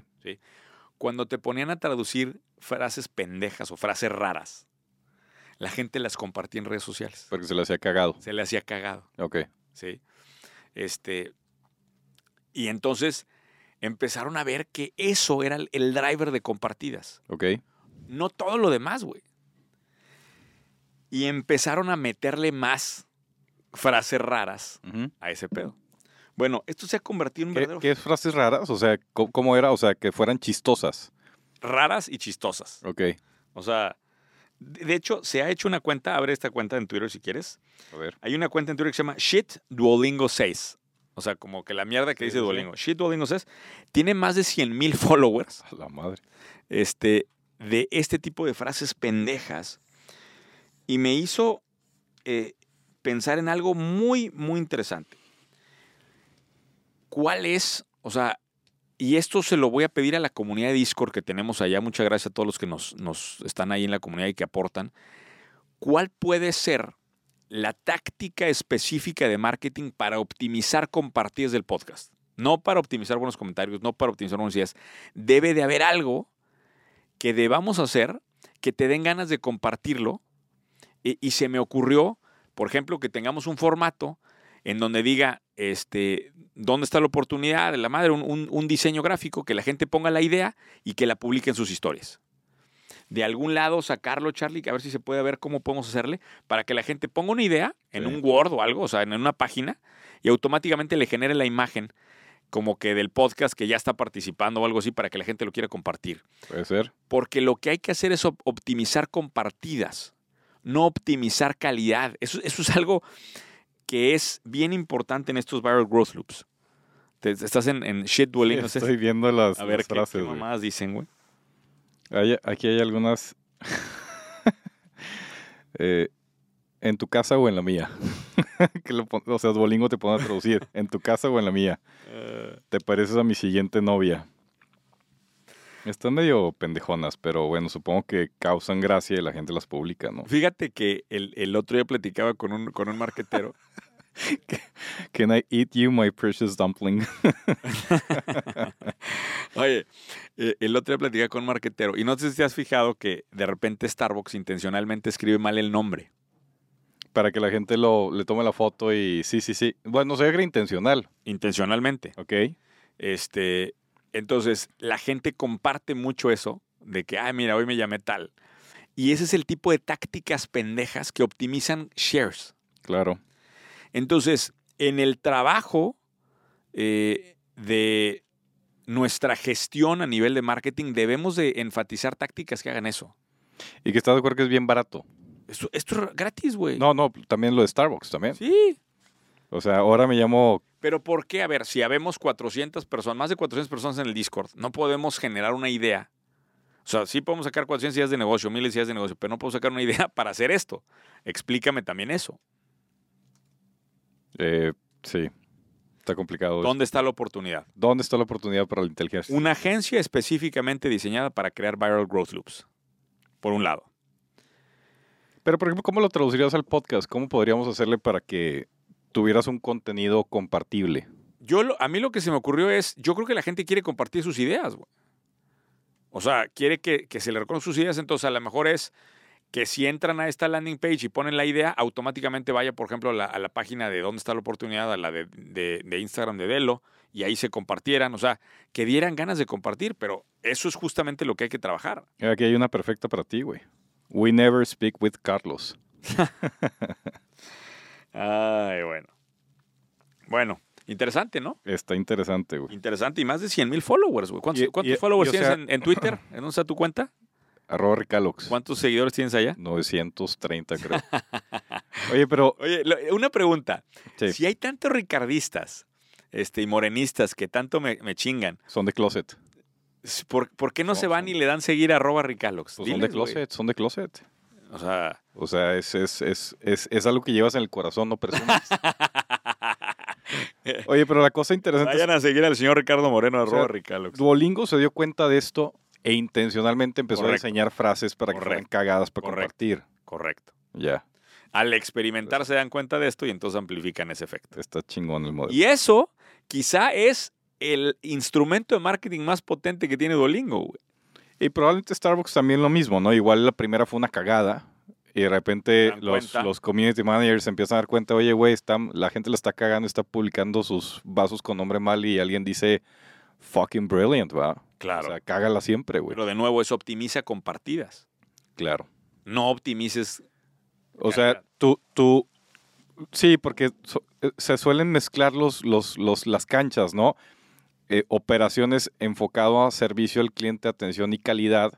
Speaker 1: cuando te ponían a traducir frases pendejas o frases raras, la gente las compartía en redes sociales.
Speaker 2: Porque se le hacía cagado.
Speaker 1: Se le hacía cagado,
Speaker 2: Ok.
Speaker 1: ¿sí? Este, y entonces empezaron a ver que eso era el- el driver de compartidas,
Speaker 2: Ok.
Speaker 1: no todo lo demás, güey. Y empezaron a meterle más frases raras
Speaker 2: Ujú.
Speaker 1: a ese pedo. Bueno, esto se ha convertido en un
Speaker 2: ¿Qué,
Speaker 1: verdadero
Speaker 2: qué frases raras? O sea, ¿cómo, cómo era? O sea, que fueran chistosas.
Speaker 1: raras y chistosas.
Speaker 2: Ok.
Speaker 1: O sea, de de hecho, se ha hecho una cuenta, abre esta cuenta en Twitter si quieres.
Speaker 2: A ver.
Speaker 1: Hay una cuenta en Twitter que se llama Shit Duolingo 6. O sea, como que la mierda que
Speaker 2: Sí,
Speaker 1: dice
Speaker 2: sí, sí.
Speaker 1: Duolingo. Shit Duolingo 6 tiene más de 100 mil followers
Speaker 2: A la madre.
Speaker 1: este, de este tipo de frases pendejas. Y me hizo eh, pensar en algo muy, muy interesante. ¿Cuál es? O sea, y esto se lo voy a pedir a la comunidad de Discord que tenemos allá. Muchas gracias a todos los que nos, nos están ahí en la comunidad y que aportan. ¿Cuál puede ser la táctica específica de marketing para optimizar compartidas del podcast? No para optimizar buenos comentarios, no para optimizar buenas ideas. Debe de haber algo que debamos hacer que te den ganas de compartirlo. Y, y se me ocurrió, por ejemplo, que tengamos un formato en donde diga este, dónde está la oportunidad de la madre, un, un- un diseño gráfico, que la gente ponga la idea y que la publique en sus historias. De algún lado sacarlo, Charlie, que a ver si se puede ver cómo podemos hacerle para que la gente ponga una idea en
Speaker 2: Sí.
Speaker 1: un Word o algo, o sea, en una página, y automáticamente le genere la imagen como que del podcast que ya está participando o algo así para que la gente lo quiera compartir.
Speaker 2: Puede ser.
Speaker 1: Porque lo que hay que hacer es op- optimizar compartidas, no optimizar calidad. Eso, eso es algo que es bien importante en estos viral growth loops. Te- estás en, en shit dueling. no sé.
Speaker 2: Estoy viendo las,
Speaker 1: a ver
Speaker 2: las
Speaker 1: qué,
Speaker 2: frases.
Speaker 1: qué
Speaker 2: güey.
Speaker 1: mamadas dicen, güey.
Speaker 2: Hay- aquí hay algunas. Eh, en tu casa o en la mía. Que lo pon- o sea, Duolingo te pone a traducir. En tu casa o en la mía. Te pareces a mi siguiente novia. Están medio pendejonas, pero bueno, supongo que causan gracia y la gente las publica, ¿no?
Speaker 1: Fíjate que el, el otro día platicaba con un, con un marquetero.
Speaker 2: Can I eat you, my precious dumpling?
Speaker 1: Oye, eh, el otro día platicaba con un marquetero. Y no sé si te has fijado que de repente Starbucks intencionalmente escribe mal el nombre.
Speaker 2: Para que la gente lo, le tome la foto y sí, sí, sí. Bueno, se era intencional,
Speaker 1: Intencionalmente.
Speaker 2: ¿ok?
Speaker 1: Este, entonces, la gente comparte mucho eso de que, ah, mira, hoy me llamé tal. Y ese es el tipo de tácticas pendejas que optimizan shares.
Speaker 2: Claro.
Speaker 1: Entonces, en el trabajo eh, de nuestra gestión a nivel de marketing debemos de enfatizar tácticas que hagan eso.
Speaker 2: Y que estás de acuerdo que es bien barato.
Speaker 1: Esto, esto es gratis, güey.
Speaker 2: No, no, también lo de Starbucks también.
Speaker 1: Sí.
Speaker 2: O sea, ahora me llamo
Speaker 1: Pero ¿por qué? A ver, si habemos 400 personas, más de 400 personas en el Discord, no podemos generar una idea. O sea, sí podemos sacar 400 ideas de negocio, 1000 ideas de negocio, pero no puedo sacar una idea para hacer esto. Explícame también eso.
Speaker 2: eh, sí. Está complicado.
Speaker 1: ¿Dónde está la oportunidad?
Speaker 2: ¿Dónde está la oportunidad para la inteligencia?
Speaker 1: Una agencia específicamente diseñada para crear viral growth loops, por un lado.
Speaker 2: Pero, por ejemplo, ¿cómo lo traducirías al podcast? ¿Cómo podríamos hacerle para que tuvieras un contenido compartible?
Speaker 1: Yo lo- a mí lo que se me ocurrió es, yo creo que la gente quiere compartir sus ideas, güey. O sea, quiere que, que se le reconozcan sus ideas, entonces a lo mejor es que si entran a esta landing page y ponen la idea, automáticamente vaya, por ejemplo, a la, a la página de dónde está la oportunidad, a la de, de- de Instagram de Delo, y ahí se compartieran, o sea, que dieran ganas de compartir, pero eso es justamente lo que hay que trabajar.
Speaker 2: Mira, Aquí hay una perfecta para ti, güey. We never speak with Carlos.
Speaker 1: Ay, bueno. Bueno, interesante, ¿no?
Speaker 2: Está interesante, güey.
Speaker 1: Interesante, y más de 100 mil followers, güey. ¿Cuántos,
Speaker 2: Y-
Speaker 1: cuántos
Speaker 2: y-
Speaker 1: followers
Speaker 2: y, o
Speaker 1: tienes
Speaker 2: sea-
Speaker 1: en, en Twitter? ¿En dónde está tu cuenta?
Speaker 2: Arroba Ricalox.
Speaker 1: ¿Cuántos seguidores tienes allá?
Speaker 2: 930, creo. Oye, pero...
Speaker 1: Oye, lo- una pregunta.
Speaker 2: sí,
Speaker 1: Si hay tantos ricardistas este, y morenistas que tanto me, me chingan,
Speaker 2: son de closet.
Speaker 1: s- ¿por, por qué no,
Speaker 2: No,
Speaker 1: se van
Speaker 2: son-
Speaker 1: y le dan seguir a arroba ricalox?
Speaker 2: Pues son de
Speaker 1: Diles, güey.
Speaker 2: closet, son de closet.
Speaker 1: O sea,
Speaker 2: O sea, es, es, es, es, es algo que llevas en el corazón, no presumes. Oye, pero la cosa interesante
Speaker 1: vayan a seguir al señor Ricardo Moreno,
Speaker 2: Pues sea,
Speaker 1: arroba ricalox.
Speaker 2: es Duolingo se dio cuenta de esto e intencionalmente empezó
Speaker 1: Correcto.
Speaker 2: a diseñar frases para que fueran
Speaker 1: Correcto.
Speaker 2: cagadas para
Speaker 1: Correcto.
Speaker 2: compartir.
Speaker 1: Correcto.
Speaker 2: Ya,
Speaker 1: Al experimentar
Speaker 2: Pues
Speaker 1: se dan cuenta de esto y entonces amplifican ese efecto.
Speaker 2: está chingón el modelo.
Speaker 1: Y eso quizá es el instrumento de marketing más potente que tiene Duolingo, güey.
Speaker 2: Y probablemente Starbucks también lo mismo, ¿no? Igual la primera fue una cagada y de repente
Speaker 1: Dan
Speaker 2: los,
Speaker 1: cuenta.
Speaker 2: los community managers se empiezan a dar cuenta, oye, güey, están- la gente la está cagando, está publicando sus vasos con nombre mal y alguien dice, fucking brilliant, va.
Speaker 1: Claro.
Speaker 2: O sea, cágala siempre, güey.
Speaker 1: Pero de nuevo, eso optimiza compartidas.
Speaker 2: Claro.
Speaker 1: No optimices
Speaker 2: O sea,
Speaker 1: Calidad.
Speaker 2: tú, tú, sí, porque so- eh, se suelen mezclar los, los, los, las canchas, ¿no? Eh, operaciones enfocado a servicio al cliente, atención y calidad.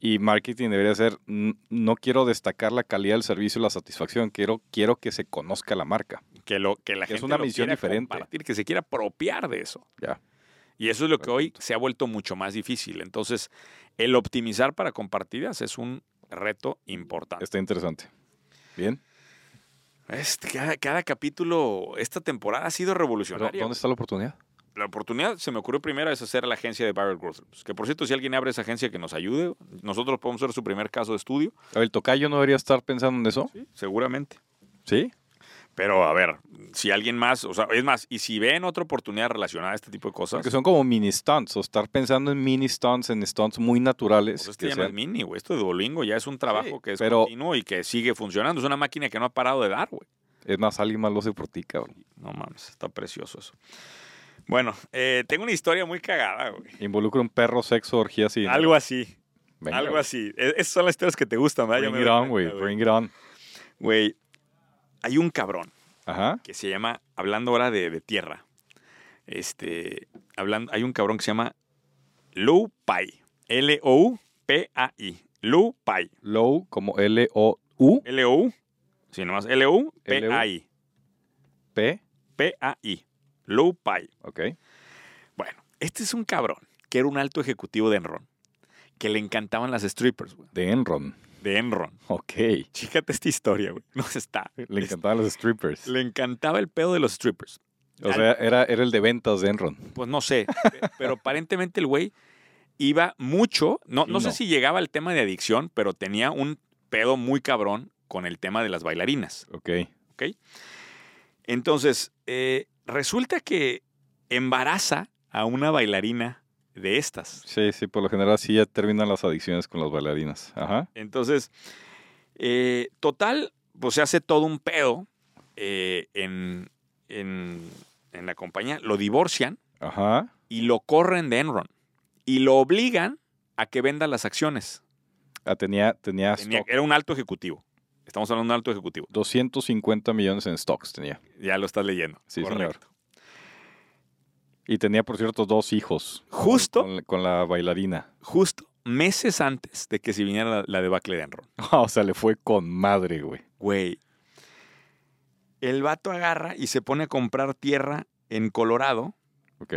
Speaker 2: Y marketing debería ser, "N- no quiero destacar la calidad del servicio y la satisfacción, quiero, quiero que se conozca la marca.
Speaker 1: que lo que la
Speaker 2: Que
Speaker 1: gente
Speaker 2: es una
Speaker 1: lo
Speaker 2: misión
Speaker 1: quiera
Speaker 2: diferente.
Speaker 1: compartir, que se quiera apropiar de eso.
Speaker 2: Ya.
Speaker 1: Y eso es lo que hoy se ha vuelto mucho más difícil. Entonces, el optimizar para compartidas es un reto importante.
Speaker 2: Está interesante. Bien.
Speaker 1: Este, cada, cada capítulo, esta temporada ha sido
Speaker 2: Pero,
Speaker 1: revolucionaria.
Speaker 2: ¿Dónde está la oportunidad?
Speaker 1: La oportunidad se me ocurrió primero es hacer la agencia de Viral Growth Loops. Que por cierto, si alguien abre esa agencia que nos ayude, nosotros podemos ser su primer caso de estudio,
Speaker 2: A ver, ¿El tocayo no debería estar pensando en eso?
Speaker 1: seguramente.
Speaker 2: ¿Sí?
Speaker 1: Pero a ver, si alguien más, o sea, es más, y si ven otra oportunidad relacionada a este tipo de cosas,
Speaker 2: Porque son como mini stunts, o estar pensando en mini stunts, en stunts muy naturales.
Speaker 1: Pues esto
Speaker 2: que
Speaker 1: ya no es
Speaker 2: sean-
Speaker 1: mini, güey. Esto de Duolingo ya es un trabajo que es
Speaker 2: pero-
Speaker 1: continuo y que sigue funcionando. Es una máquina que no ha parado de dar, güey.
Speaker 2: Es más, alguien más lo hace por ti, cabrón.
Speaker 1: No mames, está precioso eso. Bueno, eh, tengo una historia muy cagada, güey.
Speaker 2: Involucra un perro, sexo, orgías y...
Speaker 1: Algo así,
Speaker 2: Venga,
Speaker 1: algo
Speaker 2: güey.
Speaker 1: así. E- Esas son las historias que te gustan, ¿verdad? Ya
Speaker 2: Bring
Speaker 1: me
Speaker 2: it
Speaker 1: doy
Speaker 2: on, güey.
Speaker 1: cuenta,
Speaker 2: Bring it on.
Speaker 1: Güey, hay un cabrón
Speaker 2: Ajá.
Speaker 1: que se llama, hablando ahora de, de tierra, este, hablando, hay un cabrón que se llama Lou Pai. L-O-U-P-A-I. Lou Pai.
Speaker 2: Low como L-O-U-P-A-I.
Speaker 1: L-O-U, sí, nomás, L-O-U-P-A-I. PAI, Low Pai.
Speaker 2: Ok.
Speaker 1: Bueno, este es un cabrón que era un alto ejecutivo de Enron, que le encantaban las strippers, güey,
Speaker 2: De Enron.
Speaker 1: de Enron.
Speaker 2: Ok.
Speaker 1: Chícate esta historia, güey. No se está.
Speaker 2: Le encantaban los strippers.
Speaker 1: Le encantaba el pedo de los strippers.
Speaker 2: O sea, era, era el de ventas de Enron.
Speaker 1: Pues no sé, pe- pero aparentemente el güey iba mucho, no, no sé
Speaker 2: No.
Speaker 1: si llegaba al tema de adicción, pero tenía un pedo muy cabrón con el tema de las bailarinas.
Speaker 2: Ok.
Speaker 1: Entonces, eh, resulta que embaraza a una bailarina de estas.
Speaker 2: Sí, sí, por lo general sí ya terminan las adicciones con las bailarinas. Ajá.
Speaker 1: Entonces, eh, total, pues se hace todo un pedo eh, en, en- en la compañía. Lo divorcian
Speaker 2: Ajá.
Speaker 1: y lo corren de Enron. Y lo obligan a que venda las acciones.
Speaker 2: Ah, tenía, tenía,
Speaker 1: Tenía-
Speaker 2: stock.
Speaker 1: era un alto ejecutivo. Estamos hablando de un alto ejecutivo.
Speaker 2: 250 millones en stocks tenía.
Speaker 1: Ya lo estás leyendo.
Speaker 2: Sí, señor.
Speaker 1: Correcto.
Speaker 2: Y tenía, por cierto, dos hijos. con-
Speaker 1: Justo.
Speaker 2: Con, con la bailarina.
Speaker 1: Justo meses antes de que se viniera la, la debacle de Enron.
Speaker 2: o sea, le fue con madre, güey.
Speaker 1: Güey. El vato agarra y se pone a comprar tierra en Colorado.
Speaker 2: ¿Ok?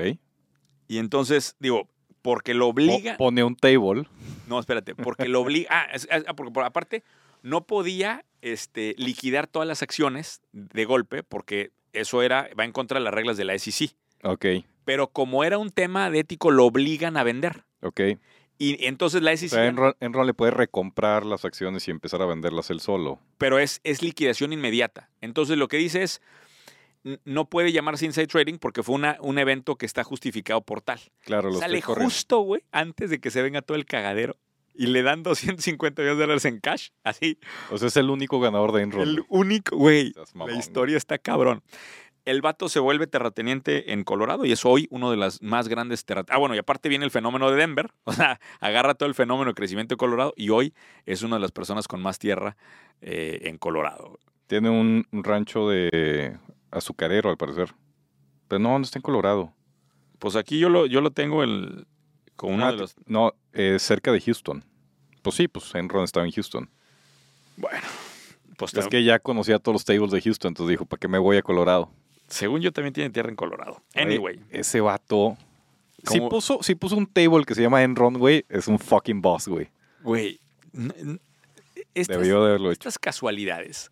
Speaker 1: Y entonces, digo, porque lo
Speaker 2: Po-
Speaker 1: obliga.
Speaker 2: pone un table.
Speaker 1: No, espérate, porque lo obliga. Ah, es- es- ah, porque por- aparte no podía este, liquidar todas las acciones de golpe porque eso era va en contra de las reglas de la SEC.
Speaker 2: Ok,
Speaker 1: Pero como era un tema de ético, lo obligan a vender.
Speaker 2: ok.
Speaker 1: Y entonces la E SEC,
Speaker 2: o sea, Enron, Enron le puede recomprar las acciones y empezar a venderlas él solo.
Speaker 1: pero es, es liquidación inmediata. Entonces lo que dice es, n- no puede llamarse inside trading porque fue una, un evento que está justificado por tal.
Speaker 2: Claro, los
Speaker 1: Sale
Speaker 2: tres corren.
Speaker 1: justo, güey, antes de que se venga todo el cagadero. Y le dan 250 millones de dólares en cash, así.
Speaker 2: O sea, es el único ganador de Enron.
Speaker 1: El
Speaker 2: güey.
Speaker 1: único, güey.
Speaker 2: Estás
Speaker 1: La
Speaker 2: mamón,
Speaker 1: historia está cabrón. El vato se vuelve terrateniente en Colorado y es hoy uno de las más grandes terrat... Ah, bueno, y aparte viene el fenómeno de Denver. O sea, agarra todo el fenómeno de crecimiento de Colorado y hoy es una de las personas con más tierra eh, en Colorado.
Speaker 2: Tiene un, un rancho de azucarero, al parecer. Pero no, no está en Colorado.
Speaker 1: Pues aquí yo lo, yo lo tengo el, con uno
Speaker 2: Ah,
Speaker 1: de los...
Speaker 2: No, eh, cerca de Houston. Pues sí, pues Enron estaba en Houston.
Speaker 1: pues,
Speaker 2: Es que ya conocía todos los tables de Houston, entonces dijo, ¿para qué me voy a Colorado?
Speaker 1: Según yo también tiene tierra en Colorado. Anyway,
Speaker 2: Güey, Ese vato... Si
Speaker 1: ¿Cómo?
Speaker 2: puso, si puso un table que se llama Enron, güey, es un fucking boss, güey.
Speaker 1: güey. n- n- estas-
Speaker 2: Debió de haberlo hecho.
Speaker 1: estas casualidades.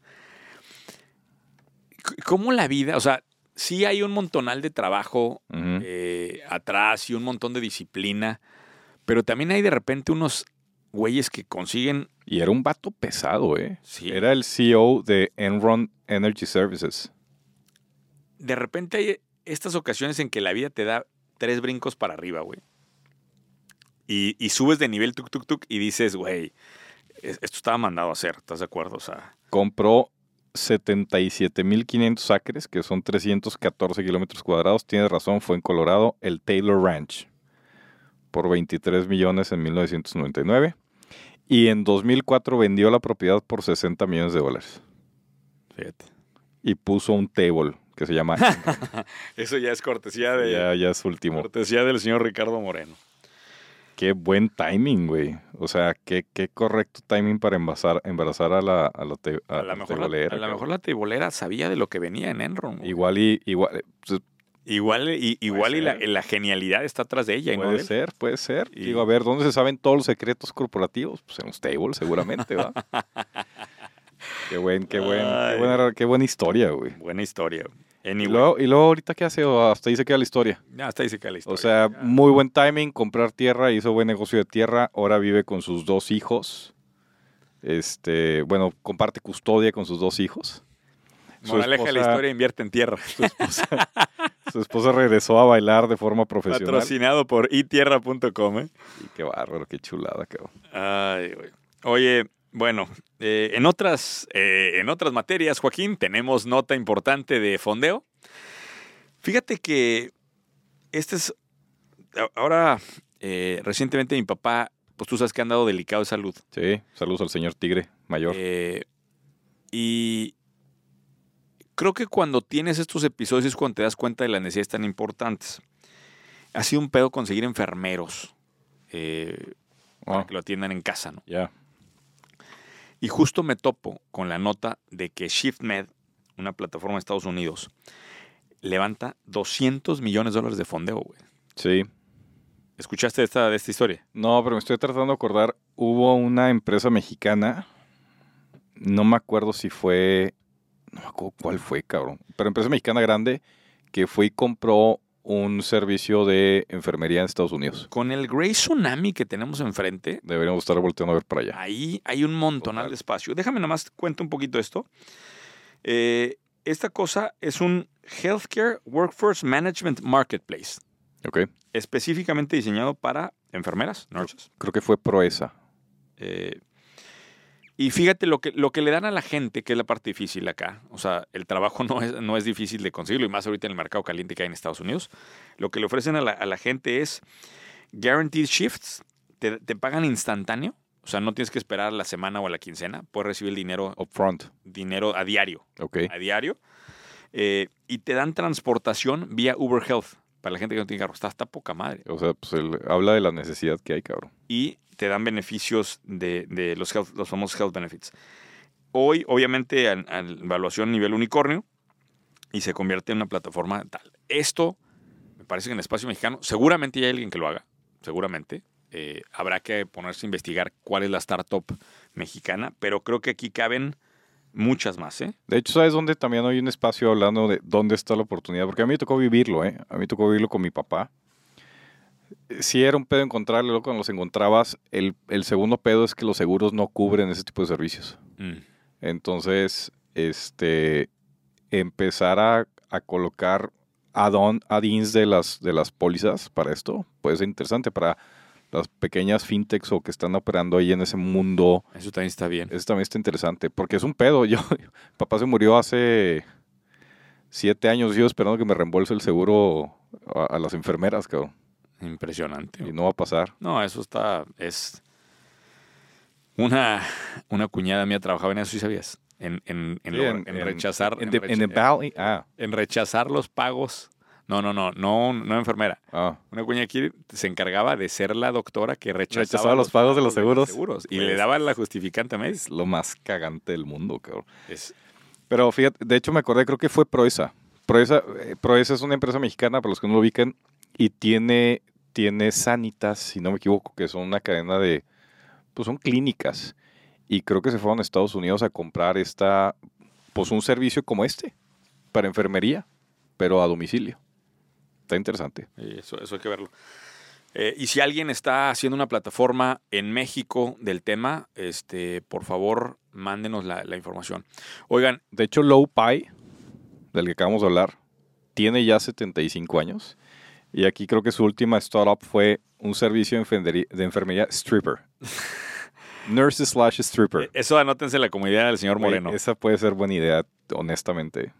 Speaker 1: C- ¿Cómo la vida? O sea, sí hay un montonal de trabajo
Speaker 2: Ujú.
Speaker 1: eh, atrás y un montón de disciplina, pero también hay de repente unos güeyes que consiguen.
Speaker 2: Y era un vato pesado, eh.
Speaker 1: Sí.
Speaker 2: Era el CEO de Enron Energy Services.
Speaker 1: De repente hay estas ocasiones en que la vida te da tres brincos para arriba, güey. Y, y subes de nivel tuk tuk tuk y dices, güey, es- esto estaba mandado a hacer, ¿estás de acuerdo? O sea,
Speaker 2: Compró 77.500 acres, que son 314 kilómetros cuadrados. Tiene razón, fue en Colorado, el Taylor Ranch, por 23 millones en 1999. Y en 2004 vendió la propiedad por 60 millones de dólares.
Speaker 1: fíjate.
Speaker 2: Y puso un table que se llama... Enron.
Speaker 1: Eso ya es cortesía Ah, de
Speaker 2: ya, ya es último.
Speaker 1: cortesía del señor Ricardo Moreno.
Speaker 2: Qué buen timing, güey. O sea, qué, qué correcto timing para embarazar, embarazar a la, a la, te- a
Speaker 1: A lo
Speaker 2: Ah, la
Speaker 1: mejor,
Speaker 2: tebolera,
Speaker 1: la, a lo
Speaker 2: cabrón.
Speaker 1: mejor la tebolera sabía de lo que venía en Enron. güey.
Speaker 2: Igual y igual eh, pues,
Speaker 1: Igual, y, igual y la,
Speaker 2: ser.
Speaker 1: la genialidad está atrás de ella. ¿no?
Speaker 2: puede ser, puede ser.
Speaker 1: Y-
Speaker 2: Digo, a ver, ¿dónde se saben todos los secretos corporativos? Pues en los tables, seguramente, ¿va? qué buen, qué buen,
Speaker 1: Ay.
Speaker 2: qué buena, qué buena historia, güey.
Speaker 1: Buena historia.
Speaker 2: Y
Speaker 1: Anyway,
Speaker 2: luego, y luego ahorita qué hace, o hasta ahí se queda la historia.
Speaker 1: ya hasta ahí se cae la historia.
Speaker 2: O sea,
Speaker 1: Ya.
Speaker 2: muy buen timing, comprar tierra, hizo buen negocio de tierra, ahora vive con sus dos hijos. Este, bueno, comparte custodia con sus dos hijos. su
Speaker 1: moraleja de la
Speaker 2: esposa-
Speaker 1: historia invierte en tierra.
Speaker 2: Su esposa, su esposa regresó a bailar de forma profesional.
Speaker 1: Patrocinado por itierra.com. ¿eh?
Speaker 2: Y qué bárbaro, qué chulada, cabrón.
Speaker 1: Ay, güey. Oye, bueno, eh, en, otras, eh, en otras materias, Joaquín, tenemos nota importante de fondeo. Fíjate que este es. a- Ahora, eh, recientemente mi papá, pues tú sabes que ha andado delicado de salud.
Speaker 2: Sí, saludos al señor Tigre Mayor.
Speaker 1: Eh, y creo que cuando tienes estos episodios es cuando te das cuenta de las necesidades tan importantes. Ha sido un pedo conseguir enfermeros eh, para
Speaker 2: Ah,
Speaker 1: que lo atiendan en casa, ¿no?
Speaker 2: ya.
Speaker 1: Y justo me topo con la nota de que ShiftMed, una plataforma de Estados Unidos, levanta 200 millones de dólares de fondeo, güey.
Speaker 2: Sí.
Speaker 1: ¿Escuchaste esta, de esta historia?
Speaker 2: No, pero me estoy tratando de acordar. Hubo una empresa mexicana. No me acuerdo si fue. No me acuerdo cuál fue, cabrón. Pero empresa mexicana grande que fue y compró un servicio de enfermería en Estados Unidos.
Speaker 1: Con el Grey Tsunami que tenemos enfrente,
Speaker 2: Deberíamos estar volteando a ver para allá.
Speaker 1: Ahí hay un montonal
Speaker 2: Total.
Speaker 1: de espacio. Déjame nomás cuento un poquito esto. Eh, esta cosa es un Healthcare Workforce Management Marketplace,
Speaker 2: Ok.
Speaker 1: específicamente diseñado para enfermeras, nurses.
Speaker 2: Creo que fue Proesa.
Speaker 1: Eh, y fíjate lo que, lo que le dan a la gente, que es la parte difícil acá. O sea, el trabajo no es, no es difícil de conseguirlo, y más ahorita en el mercado caliente que hay en Estados Unidos. Lo que le ofrecen a la, a la gente es guaranteed shifts, te, te pagan instantáneo. O sea, no tienes que esperar a la semana o a la quincena. Puedes recibir dinero,
Speaker 2: Upfront.
Speaker 1: dinero a diario.
Speaker 2: Ok.
Speaker 1: A diario. Eh, y te dan transportación vía Uber Health. Para la gente que no tiene carro, está hasta poca madre.
Speaker 2: O sea, pues él habla de la necesidad que hay, cabrón.
Speaker 1: Y te dan beneficios de, de los, health- los famosos health benefits. Hoy, obviamente, a evaluación nivel unicornio y se convierte en una plataforma tal. Esto, me parece que en el espacio mexicano, seguramente ya hay alguien que lo haga, seguramente. Eh, habrá que ponerse a investigar cuál es la startup mexicana, pero creo que aquí caben muchas más, ¿eh?
Speaker 2: De hecho, ¿sabes dónde también hay un espacio hablando de dónde está la oportunidad? Porque a mí me tocó vivirlo, ¿eh? A mí me tocó vivirlo con mi papá. Sí era un pedo encontrarlo, luego cuando los encontrabas, el, el segundo pedo es que los seguros no cubren ese tipo de servicios.
Speaker 1: Mm,
Speaker 2: Entonces, este, empezar a, a colocar add-on, add-ins de las, de las pólizas para esto puede ser interesante para las pequeñas fintechs o que están operando ahí en ese mundo.
Speaker 1: Eso también está bien.
Speaker 2: Eso también está interesante, porque es un pedo. Yo, papá se murió hace siete años, yo esperando que me reembolse el seguro a, a las enfermeras, cabrón.
Speaker 1: Impresionante.
Speaker 2: Y no va a pasar.
Speaker 1: No, eso está. Es. Una, una cuñada mía trabajaba en eso y sabías. En, en, en,
Speaker 2: Sí,
Speaker 1: lograr- en rechazar.
Speaker 2: En, the-
Speaker 1: en
Speaker 2: en the
Speaker 1: recha-
Speaker 2: valley. Ah,
Speaker 1: en rechazar los pagos. No, no, no, no, no enfermera.
Speaker 2: ah.
Speaker 1: Una cuña aquí se encargaba de ser la doctora que rechazaba,
Speaker 2: Rechazaba los pagos de los seguros. Pues.
Speaker 1: Y le daba la justificante a
Speaker 2: Es
Speaker 1: Messi.
Speaker 2: lo más cagante del mundo, cabrón.
Speaker 1: Es-
Speaker 2: Pero fíjate, de hecho me acordé, creo que fue Proesa. Proesa, eh, Proesa es una empresa mexicana, para los que no lo ubican, y tiene, tiene Sanitas, si no me equivoco, que son una cadena de, pues son clínicas. Y creo que se fueron a Estados Unidos a comprar esta, pues un servicio como este, para enfermería, pero a domicilio. Está interesante.
Speaker 1: Y Eso, eso hay que verlo. Eh, y si alguien está haciendo una plataforma en México del tema, este, por favor, mándenos la, la información. Oigan,
Speaker 2: De hecho, Low Pi, del que acabamos de hablar, tiene ya 75 años. Y aquí creo que su última startup fue un servicio de enfermería, de enfermería stripper. Nurse slash stripper.
Speaker 1: E, eso anótense en la comunidad del señor
Speaker 2: Güey,
Speaker 1: Eh, Moreno.
Speaker 2: Esa puede ser buena idea, honestamente.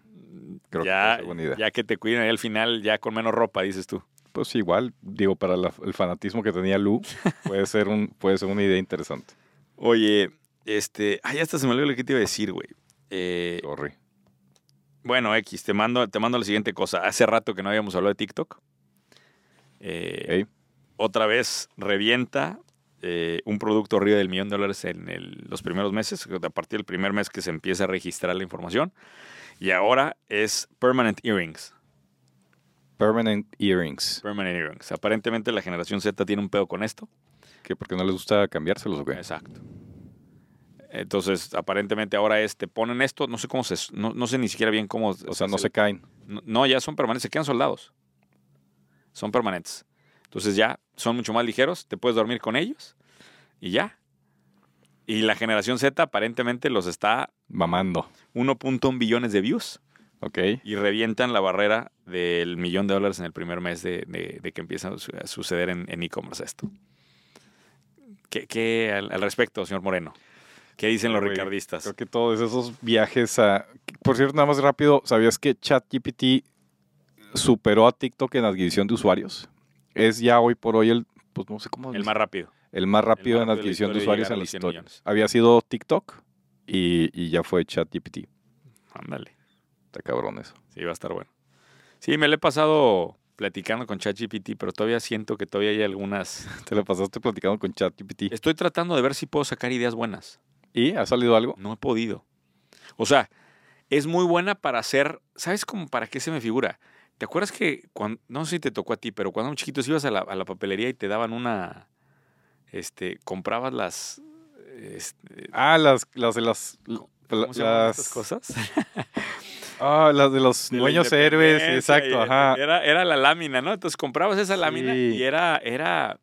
Speaker 2: Creo que puede
Speaker 1: ya,
Speaker 2: ser buena idea.
Speaker 1: ya que te cuiden ahí al final, ya con menos ropa, dices tú.
Speaker 2: Pues igual, digo, para la- el fanatismo que tenía Lu, puede ser, un, puede ser una idea interesante.
Speaker 1: Oye, este, ay, hasta se me olvidó lo que te iba a decir, güey. Eh,
Speaker 2: Sorry.
Speaker 1: bueno, X, te mando, te mando la siguiente cosa. Hace rato que no habíamos hablado de TikTok. Eh,
Speaker 2: Ey.
Speaker 1: Otra vez revienta eh, un producto arriba del millón de dólares en el- los primeros meses, a partir del primer mes que se empieza a registrar la información. Y ahora es Permanent Earrings.
Speaker 2: Permanent earrings.
Speaker 1: Permanent Earrings. Aparentemente la generación Z tiene un pedo con esto.
Speaker 2: ¿Qué? ¿Porque no les gusta cambiárselos o qué?
Speaker 1: Exacto. Entonces, aparentemente ahora es, te ponen esto, no sé cómo se, no, no sé ni siquiera bien cómo.
Speaker 2: O sea, no se caen.
Speaker 1: No, no, ya son permanentes, se quedan soldados. Son permanentes. Entonces ya son mucho más ligeros, te puedes dormir con ellos y ya. Y la generación Z aparentemente los está
Speaker 2: Mamando.
Speaker 1: 1.1 billones de views
Speaker 2: Ok.
Speaker 1: y revientan la barrera del millón de dólares en el primer mes de, de- de que empieza a su- a suceder en en e-commerce esto. ¿Qué, qué al, al respecto, señor Moreno? ¿Qué dicen los
Speaker 2: Güey,
Speaker 1: ricardistas?
Speaker 2: Creo que todos esos viajes a... Por cierto, nada más rápido, ¿sabías que ChatGPT superó a TikTok en adquisición de usuarios? Es ya hoy por hoy el, pues no sé cómo...
Speaker 1: El más rápido.
Speaker 2: el más rápido
Speaker 1: el más rápido de
Speaker 2: en
Speaker 1: la
Speaker 2: adquisición de,
Speaker 1: historia
Speaker 2: usuarios
Speaker 1: de
Speaker 2: en
Speaker 1: llegar a
Speaker 2: la
Speaker 1: los 100
Speaker 2: historia.
Speaker 1: millones.
Speaker 2: Había sido TikTok y, y ya fue ChatGPT.
Speaker 1: Ándale.
Speaker 2: Está cabrón eso.
Speaker 1: Sí, va a estar bueno. Sí, me lo he pasado platicando con ChatGPT, pero todavía siento que todavía hay algunas.
Speaker 2: Te la pasaste platicando con ChatGPT.
Speaker 1: Estoy tratando de ver si puedo sacar ideas buenas.
Speaker 2: ¿Y ha salido algo?
Speaker 1: No he podido. O sea, es muy buena para hacer. ¿Sabes cómo para qué se me figura? ¿Te acuerdas que cuando, no sé si te tocó a ti, pero cuando chiquitos ibas a la, a la papelería y te daban una. Este, comprabas las. este,
Speaker 2: Ah, las... las, de las
Speaker 1: ¿Cómo se llaman
Speaker 2: las,
Speaker 1: estas cosas?
Speaker 2: ah, las de los
Speaker 1: de la
Speaker 2: dueños héroes,
Speaker 1: independencia
Speaker 2: exacto,
Speaker 1: y
Speaker 2: ajá.
Speaker 1: Era, era la lámina, ¿no? Entonces comprabas esa lámina
Speaker 2: Sí.
Speaker 1: y era, era,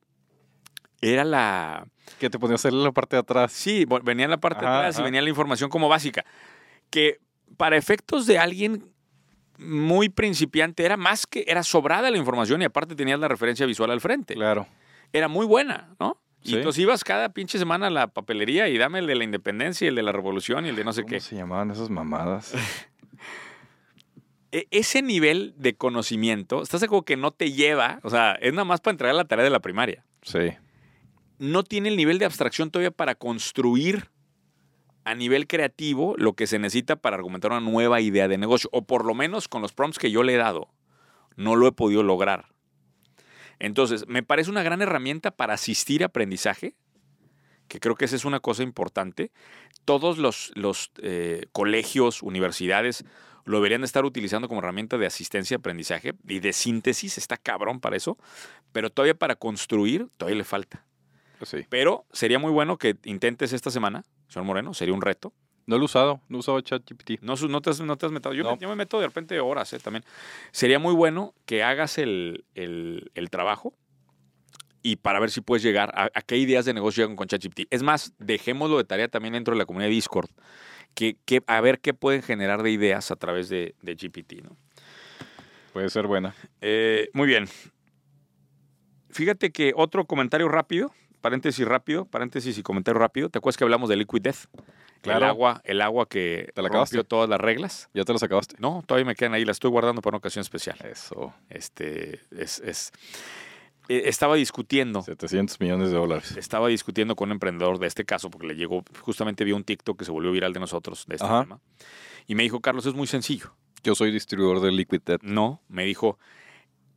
Speaker 1: era la...
Speaker 2: Que te ponía a hacer la parte de atrás.
Speaker 1: Sí, bueno, venía en la parte de
Speaker 2: Ajá,
Speaker 1: atrás y
Speaker 2: ajá.
Speaker 1: venía la información como básica. Que para efectos de alguien muy principiante era más que, era sobrada la información y aparte tenías la referencia visual al frente.
Speaker 2: Claro.
Speaker 1: Era muy buena, ¿no? Y
Speaker 2: Sí.
Speaker 1: entonces ibas cada pinche semana a la papelería y dame el de la independencia y el de la revolución y el de no sé
Speaker 2: ¿Cómo
Speaker 1: qué.
Speaker 2: se llamaban esas mamadas?
Speaker 1: e- ese nivel de conocimiento, estás como que no te lleva, o sea, es nada más para entregar la tarea de la primaria.
Speaker 2: Sí.
Speaker 1: No tiene el nivel de abstracción todavía para construir a nivel creativo lo que se necesita para argumentar una nueva idea de negocio, o por lo menos con los prompts que yo le he dado. No lo he podido lograr. Entonces, me parece una gran herramienta para asistir a aprendizaje, que creo que esa es una cosa importante. Todos los, los eh, colegios, universidades lo deberían estar utilizando como herramienta de asistencia a aprendizaje y de síntesis, está cabrón para eso, pero todavía para construir, todavía le falta.
Speaker 2: Pues sí.
Speaker 1: Pero sería muy bueno que intentes esta semana, señor Moreno, sería un reto.
Speaker 2: No lo he usado, no he usado ChatGPT.
Speaker 1: No, su- no, te, has, no te has metido. Yo,
Speaker 2: No.
Speaker 1: me, yo me meto de repente horas eh, también. Sería muy bueno que hagas el, el- el trabajo y para ver si puedes llegar a, a qué ideas de negocio llegan con ChatGPT. Es más, dejémoslo de tarea también dentro de la comunidad de Discord. Que, que- a ver qué pueden generar de ideas a través de, de GPT. ¿no?
Speaker 2: Puede ser buena.
Speaker 1: Eh, muy bien. Fíjate que otro comentario rápido, paréntesis rápido, paréntesis y comentario rápido. ¿Te acuerdas que hablamos de Liquid Death? El
Speaker 2: Claro.
Speaker 1: agua, el agua que
Speaker 2: Te la acabaste.
Speaker 1: rompió todas las reglas.
Speaker 2: ¿Ya te los acabaste?
Speaker 1: No, todavía me quedan ahí, las estoy guardando para una ocasión especial.
Speaker 2: Eso.
Speaker 1: Este, es, es- eh, estaba discutiendo,
Speaker 2: 700 millones de dólares.
Speaker 1: estaba discutiendo con un emprendedor de este caso, porque le llegó, justamente vi un TikTok que se volvió viral de nosotros, de este
Speaker 2: Ajá.
Speaker 1: tema, y me dijo, Carlos, es muy sencillo.
Speaker 2: Yo soy distribuidor de Liquid Death.
Speaker 1: No, me dijo,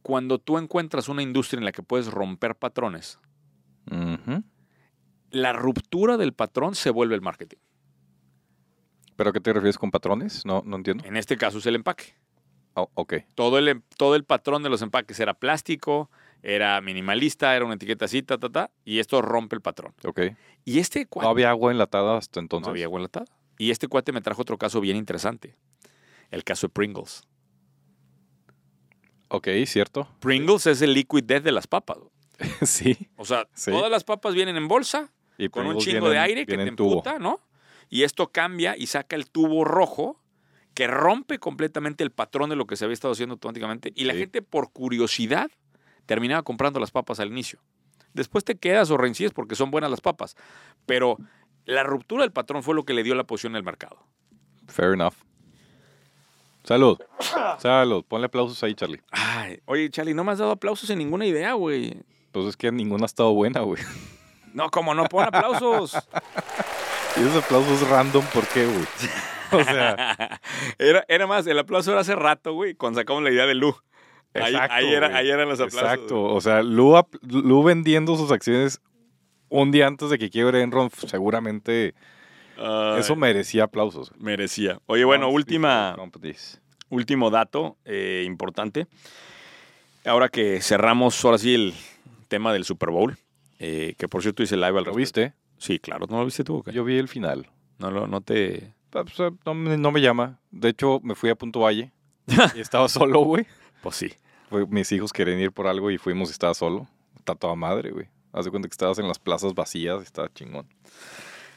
Speaker 1: cuando tú encuentras una industria en la que puedes romper patrones,
Speaker 2: Ujú.
Speaker 1: la ruptura del patrón se vuelve el marketing.
Speaker 2: ¿Pero a qué te refieres con patrones? No, no entiendo.
Speaker 1: En este caso es el empaque.
Speaker 2: Ah, ok.
Speaker 1: todo el, em- todo el patrón de los empaques era plástico, era minimalista, era una etiqueta así, ta, ta, ta, y esto rompe el patrón.
Speaker 2: Ok.
Speaker 1: Y este cuate
Speaker 2: No había agua enlatada hasta
Speaker 1: no
Speaker 2: entonces.
Speaker 1: había agua enlatada. Y este cuate me trajo otro caso bien interesante, el caso de Pringles.
Speaker 2: Ok, cierto.
Speaker 1: Pringles es el liquid death de las papas. güey.
Speaker 2: sí.
Speaker 1: O sea,
Speaker 2: Sí.
Speaker 1: todas las papas vienen en bolsa,
Speaker 2: Y
Speaker 1: con un
Speaker 2: Pringles
Speaker 1: chingo de
Speaker 2: vienen-
Speaker 1: aire que te
Speaker 2: vienen en tubo.
Speaker 1: emputa, ¿no? Y esto cambia y saca el tubo rojo que rompe completamente el patrón de lo que se había estado haciendo automáticamente. Y la
Speaker 2: Sí.
Speaker 1: gente, por curiosidad, terminaba comprando las papas al inicio. Después te quedas o reincides porque son buenas las papas. Pero la ruptura del patrón fue lo que le dio la posición en el mercado.
Speaker 2: Fair enough. Salud. Salud. Ponle aplausos ahí, Charlie.
Speaker 1: Ay, oye, Charlie, no me has dado aplausos en ninguna idea, güey.
Speaker 2: Pues es que ninguna ha estado buena, güey.
Speaker 1: No, como no, pon aplausos.
Speaker 2: Y esos aplausos random, ¿por qué, güey? O sea,
Speaker 1: Era, era más, el aplauso era hace rato, güey, cuando sacamos la idea de Lu. Ahí,
Speaker 2: Exacto,
Speaker 1: ahí era-
Speaker 2: güey.
Speaker 1: ahí eran los aplausos.
Speaker 2: exacto. O sea, Lu, ap- Lu vendiendo sus acciones un día antes de que quiebre Enron, seguramente
Speaker 1: Ay,
Speaker 2: eso merecía aplausos. güey.
Speaker 1: merecía. Oye, bueno,
Speaker 2: Companies,
Speaker 1: última,
Speaker 2: companies.
Speaker 1: último dato eh, importante. Ahora que cerramos ahora sí el tema del Super Bowl, eh, que por cierto hice live al
Speaker 2: ¿Lo
Speaker 1: respecto.
Speaker 2: viste?
Speaker 1: Sí, claro, ¿no lo viste tú? o qué?
Speaker 2: Yo vi el final.
Speaker 1: No, lo- no te...
Speaker 2: Ah, pues, ah, No, me- no me llama. De hecho, me fui a Punto Valle y estaba solo, güey.
Speaker 1: Pues sí.
Speaker 2: Fue- Mis hijos querían ir por algo y fuimos y estaba solo. Está toda madre, güey. Haz de cuenta que estabas en las plazas vacías, estaba chingón.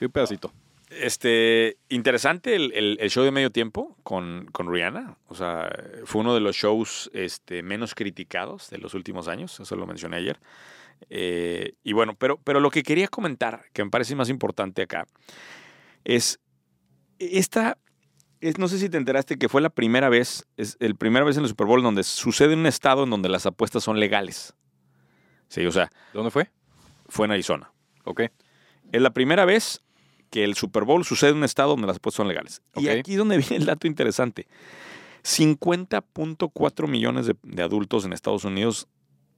Speaker 2: Y un pedacito.
Speaker 1: Este, interesante el, el- el show de medio tiempo con, con Rihanna. O sea, fue uno de los shows este, menos criticados de los últimos años. Eso lo mencioné ayer. Eh, y bueno, pero, pero lo que quería comentar, que me parece más importante acá, es esta. Es, no sé si te enteraste que fue la primera vez, es el primera vez en el Super Bowl donde sucede un estado en donde las apuestas son legales. Sí, o sea,
Speaker 2: ¿Dónde fue?
Speaker 1: fue en Arizona.
Speaker 2: Ok.
Speaker 1: Es la primera vez que el Super Bowl sucede en un estado donde las apuestas son legales. Y
Speaker 2: Ok.
Speaker 1: aquí es donde viene el dato interesante. 50.4 millones de, de adultos en Estados Unidos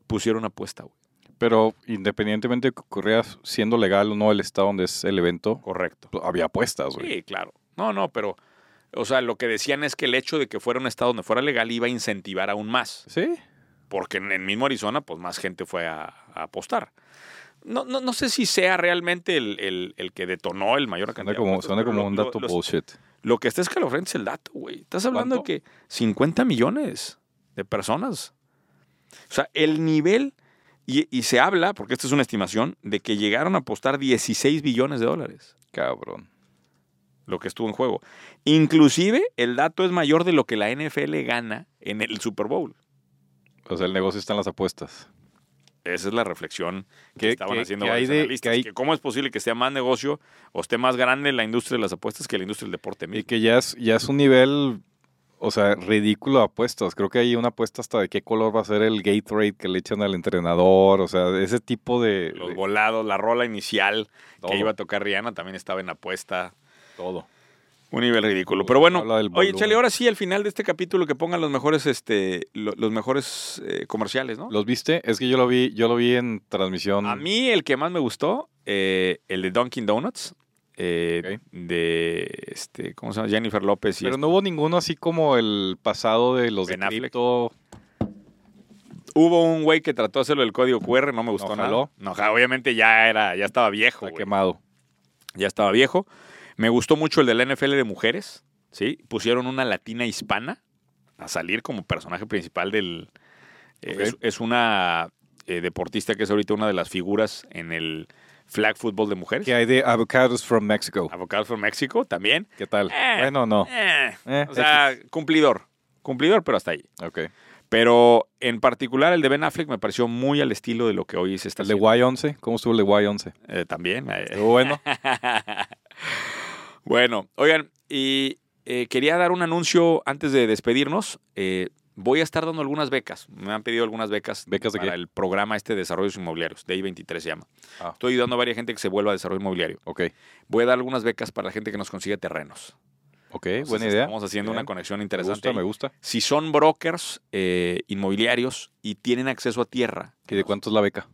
Speaker 1: pusieron apuesta, güey.
Speaker 2: Pero independientemente de que ocurriera siendo legal o no el estado donde es el evento,
Speaker 1: Correcto.
Speaker 2: pues, había apuestas, güey.
Speaker 1: Sí, claro. No, no, pero, o sea, lo que decían es que el hecho de que fuera un estado donde fuera legal iba a incentivar aún más.
Speaker 2: ¿Sí?
Speaker 1: Porque en el mismo Arizona, pues más gente fue a, a apostar. No, no, no sé si sea realmente el, el- el que detonó el mayor cantidad
Speaker 2: Suena
Speaker 1: de
Speaker 2: como,
Speaker 1: apuestas,
Speaker 2: suena
Speaker 1: pero
Speaker 2: como
Speaker 1: lo-
Speaker 2: un
Speaker 1: lo-
Speaker 2: dato
Speaker 1: los-
Speaker 2: bullshit.
Speaker 1: Lo que está escalofriante es el dato, güey. Estás hablando
Speaker 2: ¿Cuánto?
Speaker 1: de que 50 millones de personas. O sea, el nivel, y, y se habla, porque esta es una estimación, de que llegaron a apostar 16 billones de dólares,
Speaker 2: Cabrón.
Speaker 1: lo que estuvo en juego. Inclusive, el dato es mayor de lo que la NFL gana en el Super Bowl.
Speaker 2: O sea, el negocio está en las apuestas.
Speaker 1: Esa es la reflexión que
Speaker 2: ¿Qué-
Speaker 1: estaban
Speaker 2: qué-
Speaker 1: haciendo
Speaker 2: qué
Speaker 1: varios
Speaker 2: hay de-
Speaker 1: analistas,
Speaker 2: qué hay-
Speaker 1: que cómo es posible que sea más negocio o esté más grande la industria de las apuestas que la industria del deporte
Speaker 2: Y
Speaker 1: mismo.
Speaker 2: que ya es, ya es un nivel, o sea, ridículo de apuestas. Creo que hay una apuesta hasta de qué color va a ser el gate rate que le echan al entrenador. O sea, ese tipo de...
Speaker 1: Los
Speaker 2: de-
Speaker 1: volados, la rola inicial
Speaker 2: todo,
Speaker 1: que iba a tocar Rihanna también estaba en apuesta.
Speaker 2: todo.
Speaker 1: Un nivel ridículo. Pero bueno,
Speaker 2: Habla del
Speaker 1: oye,
Speaker 2: volumen.
Speaker 1: Chale, ahora sí, al final de este capítulo que pongan los mejores, este, lo- los mejores eh, comerciales, ¿no?
Speaker 2: ¿Los viste? Es que yo lo vi, yo lo vi en transmisión.
Speaker 1: A mí el que más me gustó, eh, el de Dunkin' Donuts, eh,
Speaker 2: Ok.
Speaker 1: de, este, ¿cómo se llama? Jennifer López. Y este.
Speaker 2: Pero no hubo ninguno así como el pasado de los
Speaker 1: Ben
Speaker 2: de
Speaker 1: Affleck.
Speaker 2: cripto.
Speaker 1: Hubo un güey que trató de hacerlo del código QR, no me gustó
Speaker 2: No
Speaker 1: nada.
Speaker 2: jaló.
Speaker 1: No, ja- obviamente ya era, ya estaba viejo,
Speaker 2: Está
Speaker 1: güey.
Speaker 2: quemado.
Speaker 1: ya estaba viejo. Me gustó mucho el de la NFL de mujeres, ¿sí? Pusieron una latina hispana a salir como personaje principal del... eh,
Speaker 2: Ok.
Speaker 1: es, es una eh, deportista que es ahorita una de las figuras en el flag football de mujeres.
Speaker 2: ¿Qué hay de Avocados from Mexico?
Speaker 1: Avocados from México también.
Speaker 2: ¿Qué tal?
Speaker 1: Eh.
Speaker 2: Bueno, no.
Speaker 1: Eh,
Speaker 2: Eh,
Speaker 1: o sea, cumplidor. Cumplidor, pero hasta ahí.
Speaker 2: Ok.
Speaker 1: Pero en particular el de Ben Affleck me pareció muy al estilo de lo que hoy se está
Speaker 2: ¿El de
Speaker 1: haciendo.
Speaker 2: Y11? ¿Cómo estuvo el de Y11?
Speaker 1: Eh, también. eh,
Speaker 2: ¿Estuvo bueno?
Speaker 1: bueno, oigan, y eh, quería dar un anuncio antes de despedirnos. Eh, voy a estar dando algunas becas. Me han pedido algunas becas,
Speaker 2: ¿Becas de
Speaker 1: para
Speaker 2: qué?
Speaker 1: el programa este de desarrollos inmobiliarios, de I23 se llama.
Speaker 2: Ah.
Speaker 1: Estoy ayudando a varias gente que se vuelva a desarrollo inmobiliario.
Speaker 2: Ok.
Speaker 1: Voy a dar algunas becas para la gente que nos consigue terrenos.
Speaker 2: Ok,
Speaker 1: Entonces,
Speaker 2: buena idea.
Speaker 1: Estamos haciendo
Speaker 2: Bien.
Speaker 1: una conexión
Speaker 2: Me
Speaker 1: interesante.
Speaker 2: gusta, me
Speaker 1: ahí.
Speaker 2: gusta.
Speaker 1: Si son brokers eh, inmobiliarios y tienen acceso a tierra.
Speaker 2: ¿Y de cuánto es la beca?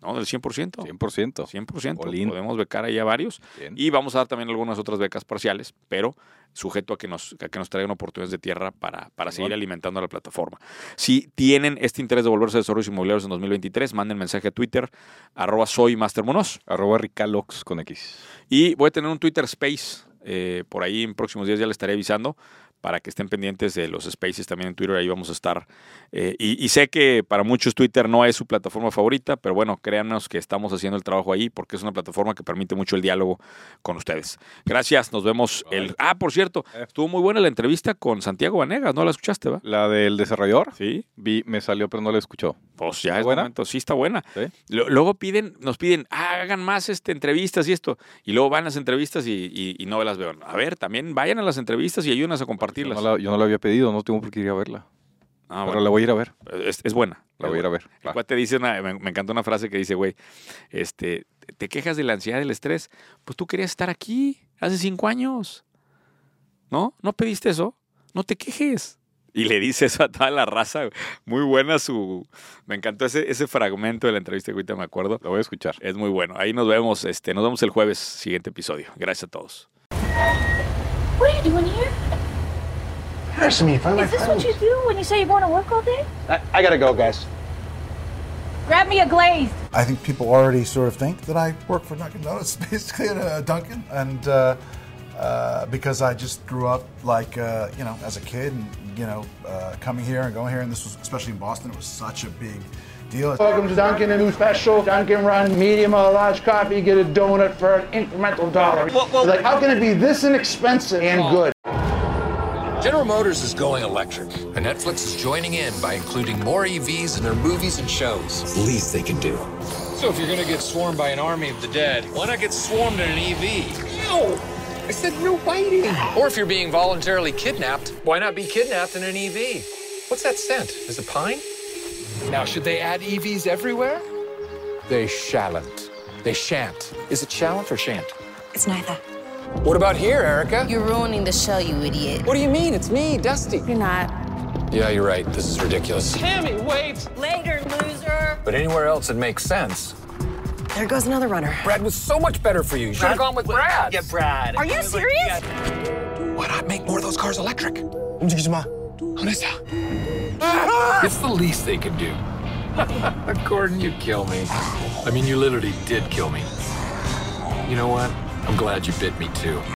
Speaker 1: No, del 100%.
Speaker 2: 100%.
Speaker 1: 100%.
Speaker 2: Olín.
Speaker 1: Podemos becar ahí a varios.
Speaker 2: Bien.
Speaker 1: Y vamos a dar también algunas otras becas parciales, pero sujeto a que nos, a que nos traigan oportunidades de tierra para, para seguir
Speaker 2: Chingón.
Speaker 1: alimentando a la plataforma. Si tienen este interés de volverse desarrollos inmobiliarios en 2023, manden mensaje a Twitter, arroba soy Master Munoz.
Speaker 2: Arroba Ricalox con X.
Speaker 1: Y voy a tener un Twitter Space, eh, por ahí en próximos días ya les estaré avisando para que estén pendientes de los spaces también en Twitter, ahí vamos a estar. Eh, y, y sé que para muchos Twitter no es su plataforma favorita, pero bueno, créanos que estamos haciendo el trabajo ahí porque es una plataforma que permite mucho el diálogo con ustedes. Gracias, nos vemos. El... Ah, por cierto,
Speaker 2: Eh.
Speaker 1: estuvo muy buena la entrevista con Santiago Vanegas, ¿no la escuchaste, va?
Speaker 2: La del desarrollador,
Speaker 1: Sí,
Speaker 2: vi, me salió, pero no la escuchó.
Speaker 1: pues ya
Speaker 2: ¿Está
Speaker 1: es
Speaker 2: buena?
Speaker 1: momento. Sí, está buena.
Speaker 2: ¿Sí?
Speaker 1: Lo- Luego piden, nos piden, "Ah, hagan más este, entrevistas y esto. Y luego van las entrevistas y, y- y no las veo. A ver, también vayan a las entrevistas y ayúdenos a
Speaker 2: Yo
Speaker 1: compartirlas.
Speaker 2: no, la, yo no la había pedido, no tengo por qué ir a verla.
Speaker 1: Ah,
Speaker 2: pero
Speaker 1: bueno,
Speaker 2: la voy a ir a ver.
Speaker 1: es, es buena.
Speaker 2: La
Speaker 1: es
Speaker 2: voy a ir a ver.
Speaker 1: El cuate dice una, me, me encantó una frase que dice, güey, este, te quejas de la ansiedad, del estrés, pues tú querías estar aquí hace cinco años, ¿no? ¿No pediste eso? No te quejes. Y le dice eso a toda la raza. güey. Muy buena su... Me encantó ese, ese fragmento de la entrevista que ahorita me acuerdo.
Speaker 2: La voy a escuchar.
Speaker 1: Es muy bueno. Ahí nos vemos. Este, nos vemos el jueves, siguiente episodio. Gracias a todos.
Speaker 3: What are you doing here?
Speaker 4: Embarrassing me in front of Oh, my
Speaker 3: Is this
Speaker 4: friends.
Speaker 3: what you do when you say you're going to work all day?
Speaker 4: I, I gotta go, guys.
Speaker 3: Grab me a glazed.
Speaker 5: I think people already sort of think that I work for Dunkin' Donuts, basically at uh, Dunkin', and uh, uh, because I just grew up like uh, you know as a kid, and you know uh, coming here and going here, and this was especially in Boston, it was such a big deal.
Speaker 6: Welcome to Dunkin', a new special. Dunkin' run medium or large coffee. Get a donut for an incremental dollar. like, how can it be this inexpensive and good?
Speaker 7: General Motors is going electric, and Netflix is joining in by including more EVs in their movies and shows. It's the least they can do. So if you're gonna get swarmed by an army of the dead, why not get swarmed in an EV? No! I said no biting! Or if you're being voluntarily kidnapped, why not be kidnapped in an EV? What's that scent? Is it pine? Now, should they add EVs everywhere? They shalln't. They shan't. Is it shalln't or shan't?
Speaker 8: It's neither.
Speaker 7: What about here, Erica?
Speaker 8: You're ruining the show, you idiot.
Speaker 7: what do you mean? It's me, Dusty.
Speaker 8: You're not.
Speaker 7: Yeah, you're right. This is ridiculous.
Speaker 8: Later, loser.
Speaker 7: But anywhere else, it makes sense.
Speaker 8: There goes another runner.
Speaker 7: Brad was so much better for you. You should have gone with Brad. Yeah, Brad.
Speaker 8: Are you serious?
Speaker 7: Why not make more of those cars electric? Honesta. It's the least they could do. Gordon, you kill me. I mean, you literally did kill me. You know what? I'm glad you bit me too.